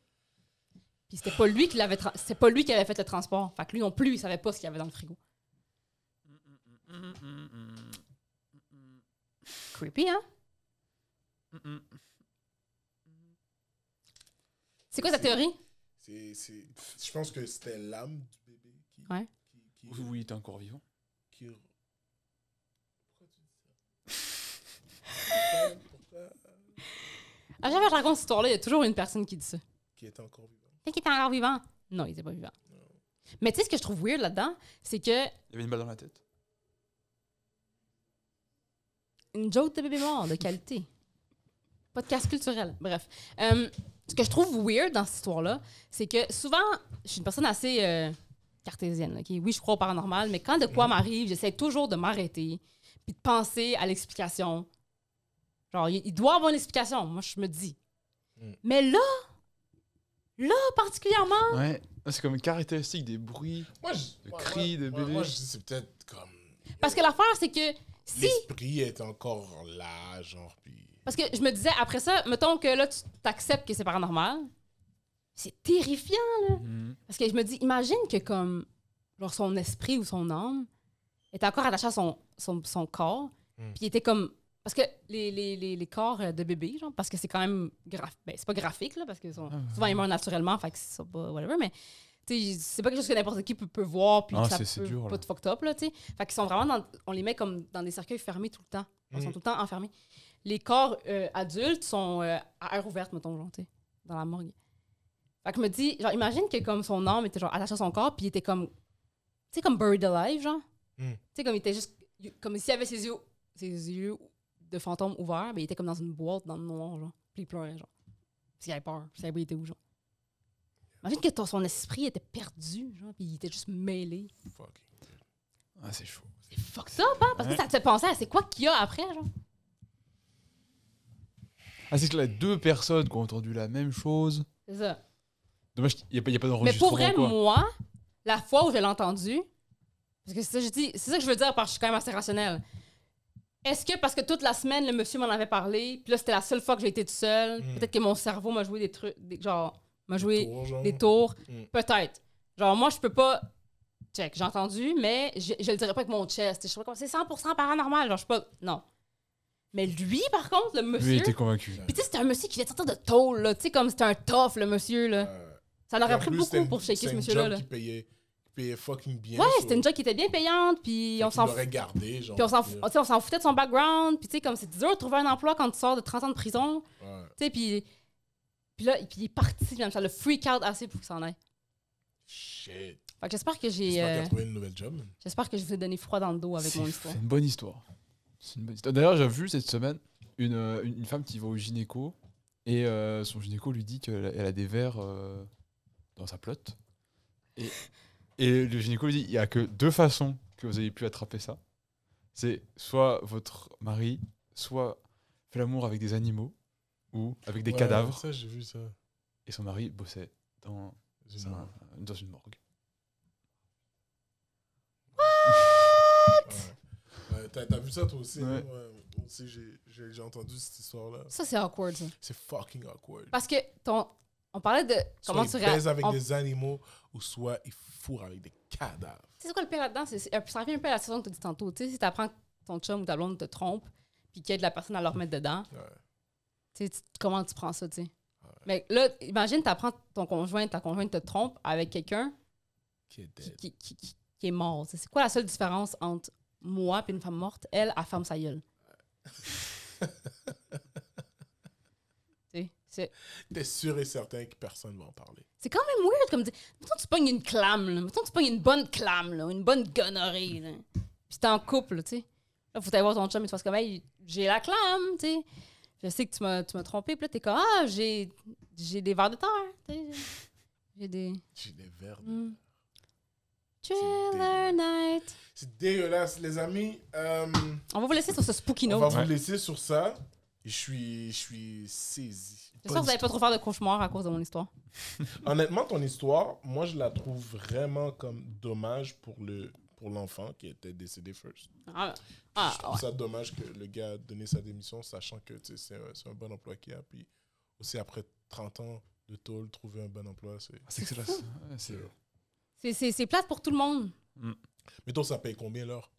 Puis c'était pas lui qui l'avait. tra- C'était pas lui qui avait fait le transport. Fait que lui non plus, il savait pas ce qu'il y avait dans le frigo. Mm, Creepy, hein? C'est quoi ta C'est- théorie? C'est, c'est... Je pense que c'était l'âme du bébé qui. Ouais. Qui, qui, Oui, t'es encore vivant. qui- Pourquoi tu dis ça Pourquoi, pourquoi À chaque fois que je Ah, raconte cette histoire-là, il y a toujours une personne qui dit ça. Qui était encore vivant Fait qu'il était encore vivant. Non, il était pas vivant. Non. Mais tu sais, ce que je trouve weird là-dedans, c'est que Il y avait une balle dans la tête. une joke de bébé mort de qualité. Podcast culturel. Bref. Euh, ce que je trouve weird dans cette histoire-là, c'est que souvent, je suis une personne assez euh, cartésienne. ok? Oui, je crois au paranormal, mais quand de quoi m'arrive, j'essaie toujours de m'arrêter puis de penser à l'explication. Genre, il il doit avoir une explication, moi, je me dis. Mm. Mais là, là particulièrement, Ouais. Ah, C'est comme caractéristique des bruits. Moi, je. Le moi- cri moi- de moi- bébé. Moi, je dis c'est peut-être comme. parce que l'affaire, c'est que si L'esprit est encore là, genre, puis. Parce que je me disais, après ça, mettons que là, tu t'acceptes que c'est paranormal. C'est terrifiant. Parce que je me dis, imagine que comme genre, son esprit ou son âme était encore attaché à son, son, son corps. Mm. Puis il était comme. Parce que les, les, les, les corps euh, de bébé, genre, parce que c'est quand même. graph- ben, c'est pas graphique, là, parce que sont- Ah. souvent ils meurent naturellement, fait que c'est pas. Whatever, mais. tu sais, C'est pas quelque chose que n'importe qui peut, peut voir, puis Ah, que ça c'est- c'est peut dur, pas là. te fucked up, là, tu sais. Fait qu'ils sont vraiment dans- On les met comme dans des cercueils fermés tout le temps. Ils sont Mm. tout le temps enfermés. Les corps euh, adultes sont euh, à air ouverte, mettons, genre, tu sais, dans la morgue. Fait que je me dis, genre, imagine que comme son âme était genre attachée à son corps, puis il était comme. Tu sais, comme buried alive, genre. Mm. Tu sais, comme il était juste. Comme s'il avait ses yeux, ses yeux de fantôme ouverts, mais il était comme dans une boîte dans le noir, genre. Puis il pleurait, genre. Parce qu'il avait peur, puis il savait pas il était où, genre. Imagine que ton- son esprit était perdu, genre, puis il était juste mêlé. Fuck. Ah, c'est chaud. Fuck ça, hein? Parce que Ouais. ça te fait penser à c'est quoi qu'il y a après, genre. Ah, c'est que là, deux personnes qui ont entendu la même chose. C'est ça. Dommage, il n'y a, pas Mais pour d'enregistrement. vrai, quoi. moi, la fois où je l'ai entendu, parce que c'est ça, que je dis, c'est ça que je veux dire parce que je suis quand même assez rationnelle. Est-ce que parce que toute la semaine, le monsieur m'en avait parlé, puis là, c'était la seule fois que j'ai été toute seule, Hmm. Mm. peut-être que mon cerveau m'a joué des trucs, des- genre, m'a Des joué tours, genre. des tours, Hmm. Mm. peut-être. Genre, moi, je peux pas. Check, j'ai entendu, mais je, je le dirais pas avec mon chest. Je serais comme, c'est 100% paranormal, genre, je suis pas. Non. Mais lui, par contre, le Lui, il monsieur. était convaincu. Puis tu sais, c'était un monsieur qui venait de sortir de tôle, là. Tu sais, comme c'était un tough, le monsieur, là. Euh, Ça et en l'aurait pris plus, c'était beaucoup une- pour shaker c'était ce une monsieur-là, job là. Qui payait, payait fucking bien. Ouais, so- c'était une job qui était bien payante, puis fait on qu'il s'en l'aurait gardé, genre. Puis on s'en fou- tu sais, on s'en foutait de son background. Puis tu sais, comme c'est dur de trouver un emploi quand tu sors de 30 ans de prison. Ouais. Tu sais, puis, puis là, puis il est parti. Même, ça le freak out assez pour qu'il s'en aille. Shit. Fait que j'espère que j'ai. J'espère qu'il euh, a trouvé une nouvelle job. man. j'espère que je vous ai donné froid dans le dos avec C'est mon histoire. une bonne histoire. C'est une bonne histoire. D'ailleurs, j'ai vu cette semaine une, euh, une une femme qui va au gynéco et euh, son gynéco lui dit qu'elle a- elle a des vers euh, dans sa plotte. Et, et le gynéco lui dit il n'y a que deux façons que vous ayez pu attraper ça. C'est soit votre mari, soit fait l'amour avec des animaux ou avec des Ouais, cadavres. Ça, j'ai vu ça. Et son mari bossait dans, J'ai un- marre. dans une morgue. Ouais. Ouais, t'as, t'as vu ça toi aussi? Ouais. hein? Ouais, moi aussi, j'ai, j'ai, j'ai entendu cette histoire-là. Ça, c'est awkward. ça. C'est fucking awkward. Parce que ton. On parlait de comment soit tu il baise réagis. avec des animaux ou soit il fourre avec des cadavres. C'est quoi le pire là-dedans? C'est- c'est- euh, Ça revient un peu à la saison que tu as dit tantôt. Tu sais, si tu apprends que ton chum ou ta blonde te trompe, puis qu'il y a de la personne à leur mettre dedans, Ouais. tu sais, tu- comment tu prends ça, tu sais? Mais là, imagine, t'apprends ton conjoint, ta conjointe te trompe avec quelqu'un Qui est qui, dead. qui, qui, qui- qui est mort. tu sais. C'est quoi la seule différence entre moi et une femme morte? Elle, elle ferme sa gueule. Tu sais, c'est T'es sûr et certain que personne va en parler. c'est quand même weird comme dire. Mettons, que tu pognes une clame, là. Mettons, que tu pognes une bonne clame, là, une bonne gonorrhée, là. Puis t'es en couple, là, tu sais. Là, faut aller voir ton chum et tu fasses comme, hey, j'ai la clame, tu sais. Je sais que tu m'as tu m'as trompé, puis là, t'es comme, ah, j'ai j'ai des vers de terre, tu sais. J'ai des. J'ai des verres. de- Mm. Thriller Thriller Night. C'est dégueulasse, les amis. Euh, On va vous laisser sur ce spooky on note. va Ouais. vous laisser sur ça. Je suis, je suis saisi. J'espère que vous n'allez Bonne pas trop faire de cauchemars à cause de mon histoire. Honnêtement, ton histoire, moi, je la trouve vraiment comme dommage pour le pour l'enfant qui était décédé first. Ah, je ah, trouve ouais. ça dommage que le gars a donné sa démission, sachant que tu sais, c'est un, c'est un bon emploi qu'il a. Puis aussi, après 30 ans de tôle, trouver un bon emploi, c'est... C'est excellent. ça. Ouais, c'est- C'est- c'est c'est plate pour tout le monde. Mettons, ça paye combien l'heure?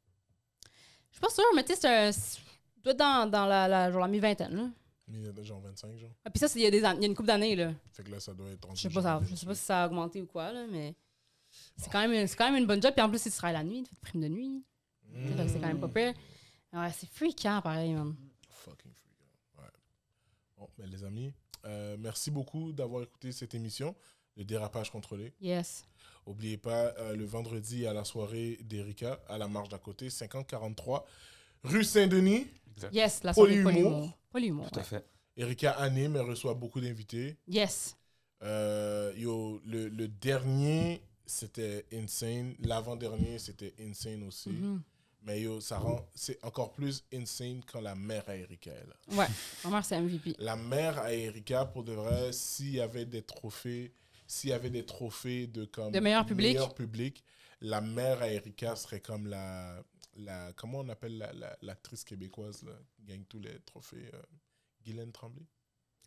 Je suis pas sûre, mais tu sais, c'est un- c'est- doit être dans, dans la, la, genre la mi-vingtaine. là. Mais, Genre 25, genre? Ah, Puis ça, c'est il y, a des an- il y a une couple d'années. là. Fait que là, ça doit être 30 Je sais pas, ça- je sais pas si ça a augmenté ou quoi, là, mais c'est quand, même- c'est quand même une bonne job. Puis en plus, si tu travailles la nuit, tu fais des primes de nuit. Mmh. Fait que C'est quand même pas pire. Ouais, c'est fréquent, pareil, man. Fucking freak out. Ouais. Bon, mais les amis, euh, merci beaucoup d'avoir écouté cette émission, le dérapage contrôlé. Yes. N'oubliez pas, euh, le vendredi à la soirée d'Erika, à la marche d'à côté, 5043, rue Saint-Denis. Exact. Yes, la soirée Polyhumour. polyhumour. Polyhumour. Tout à fait. Erika anime, elle reçoit beaucoup d'invités. Yes. Euh, yo, le, le dernier, c'était insane. L'avant-dernier, c'était insane aussi. Mhm. Mais yo, ça rend, c'est encore plus insane quand la mère à Erika est là. Ouais, vraiment, c'est MVP. la mère à Erika, pour de vrai, s'il y avait des trophées, s'il y avait des trophées de comme De meilleur public. public, la mère à Erika serait comme la, la comment on appelle la- la- l'actrice québécoise là, qui gagne tous les trophées. euh, Guylaine Tremblay.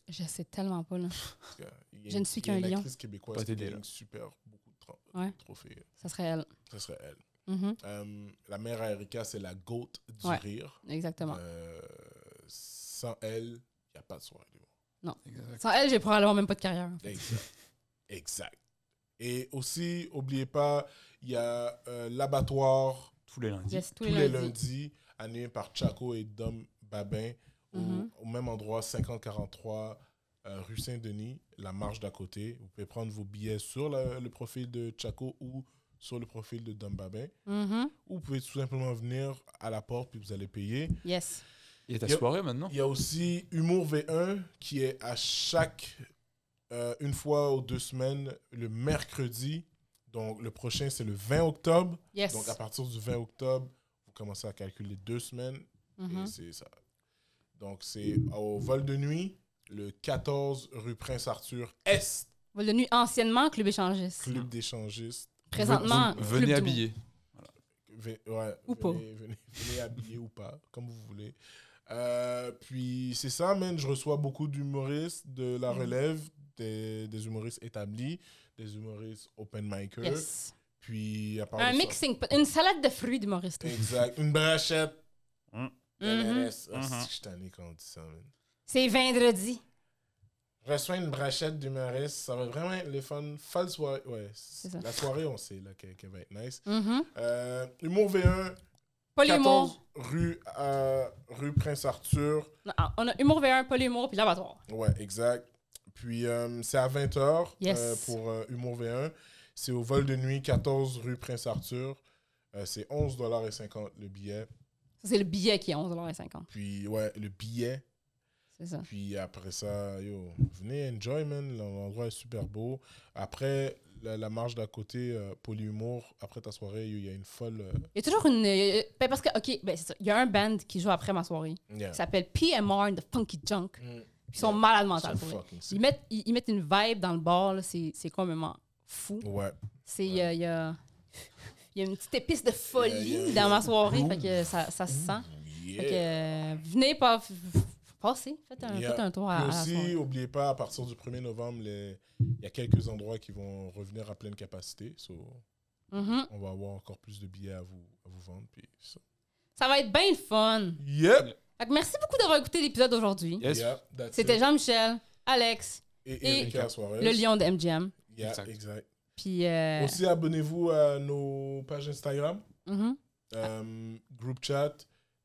Je sais tellement pas, là. Parce que il y a Je une- ne suis il y a qu'un une lion. actrice québécoise Pas qui t'aider, gagne là. super beaucoup de tro- Ouais. trophées. Ça serait elle. Ce serait elle. Mhm, Euh, la mère à Erika, c'est la goat du Ouais. rire. Exactement. Euh, sans elle, il n'y a pas de soirée. Exact. Sans elle, j'ai probablement même pas de carrière. Exact. exact. Et aussi, n'oubliez pas, il y a euh, l'abattoir Tous les lundis. Yes, tous tous, les, les lundis. lundis, animé par Chaco et Dom Babin, au- Mhm. au, même endroit, 5043 euh, rue Saint-Denis, la marche d'à côté. Vous pouvez prendre vos billets sur la- le profil de Chaco ou sur le profil de Dom Babin. Mhm, Ou vous pouvez tout simplement venir à la porte puis vous allez payer. Yes. Et ta Yep. soirée maintenant Il y a aussi Humour V1 qui est à chaque euh, une fois ou deux semaines le mercredi. Donc le prochain c'est le 20 octobre. Yes. Donc à partir du 20 octobre, vous commencez à calculer deux semaines Mhm. et c'est ça. Donc c'est au vol de nuit le 14 rue Prince Arthur Est, Vol de nuit, anciennement Club Échangiste. club d'échangistes. Présentement, Vous- Club Venez du habiller. Ve- ouais, Ou pas. venez, venez, venez habillé ou pas, comme vous voulez. Euh, puis c'est ça, man. Je reçois beaucoup d'humoristes de la Mhm. relève, des, des humoristes établis, des humoristes open Monde. micers. Yes. Puis à part Un de ça- mixing pot, une salade de fruits d'humoriste. Exact. Une brachette. Mhm. LRS. Ah, Mm-hmm. Mhm. c'est que Je suis tanné quand on dit ça, man. C'est vendredi. Reçois une brachette d'humoriste, ça va vraiment être les fun. Folle soirée. Ouais, c'est ça. La soirée, on sait là, qu'elle qu'elle va être nice. Mhm. Euh, humour V1, Polyhumour. 14 rue, euh, rue Prince Arthur. Non, ah, On a humour V1, polyhumour, puis l'abattoir. Ouais, exact. Puis euh, c'est à 20h Yes. pour euh, Humour V1. C'est au vol de nuit, 14 rue Prince Arthur. Euh, c'est 11,50$ le billet. Ça, c'est le billet qui est 11,50$. Puis, ouais, le billet. C'est ça. Puis après ça, yo, venez enjoy, man. L'endroit est super beau. Après, la, la marche d'à côté, euh, Polyhumour, après ta soirée, yo, il y a une folle. euh, Il y a toujours une. euh, ben, parce que, OK, ben, c'est ça. Il y a un band qui joue après ma soirée. yeah. qui s'appelle PMR and the Funky Junk. Mm. Ils sont Yeah. malades So mentales. pour vrai. fucking sick. Ils mettent, ils, ils mettent une vibe dans le bar, là, c'est c'est complètement fou. Ouais. C'est euh, il y a- il y, a, il y a une petite épice de folie Yeah, yeah, yeah. dans ma soirée, Ooh. fait que ça, ça se sent. Fait que, Yeah. euh, venez pas passer, faites un, Yeah. faites un tour à, Et Ah, à la aussi, soirée. n'oubliez pas, à partir du 1er novembre, les- il y a quelques endroits qui vont revenir à pleine capacité. So, Mhm. on va avoir encore plus de billets à vous, à vous vendre. Puis ça. Ça va être bien le fun. Yep. Fait que merci beaucoup d'avoir écouté l'épisode d'aujourd'hui. Yes. Yep, that's C'était it. Jean-Michel, Alex, Et et Erika Suarez. le lion de MGM. Yeah, Exact. exact. Puis, euh, Aussi, abonnez-vous à nos pages Instagram. mhm. Euh, group chat,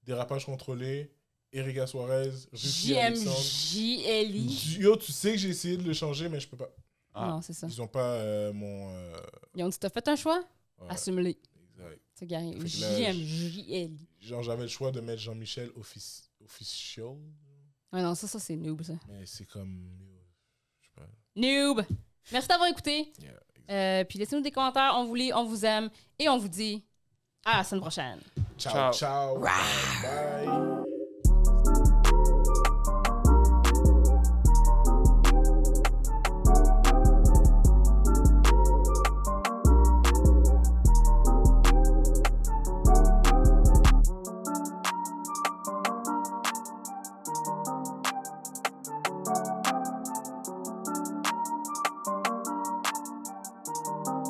dérapage contrôlé, Erika Suarez, Ricky Alexandre. JMJLI. Yo, tu sais que j'ai essayé de le changer, mais je peux pas. Ah. Non, c'est ça. Ils ont pas euh, mon. euh, Ils ont dit T'as fait un choix ouais, Assume-le. exact. C'est gagné. Fait que là, JMJLI. Genre, j'avais le choix de mettre Jean-Michel offici- official, Ah non, ça, ça c'est noob, ça. mais c'est comme. yo, Je sais pas. Noob! Merci d'avoir écouté. Yeah, exact. Euh, puis laissez-nous des commentaires. On vous lit, on vous aime. Et on vous dit à la semaine prochaine. Ciao, ciao. Ciao. Bye.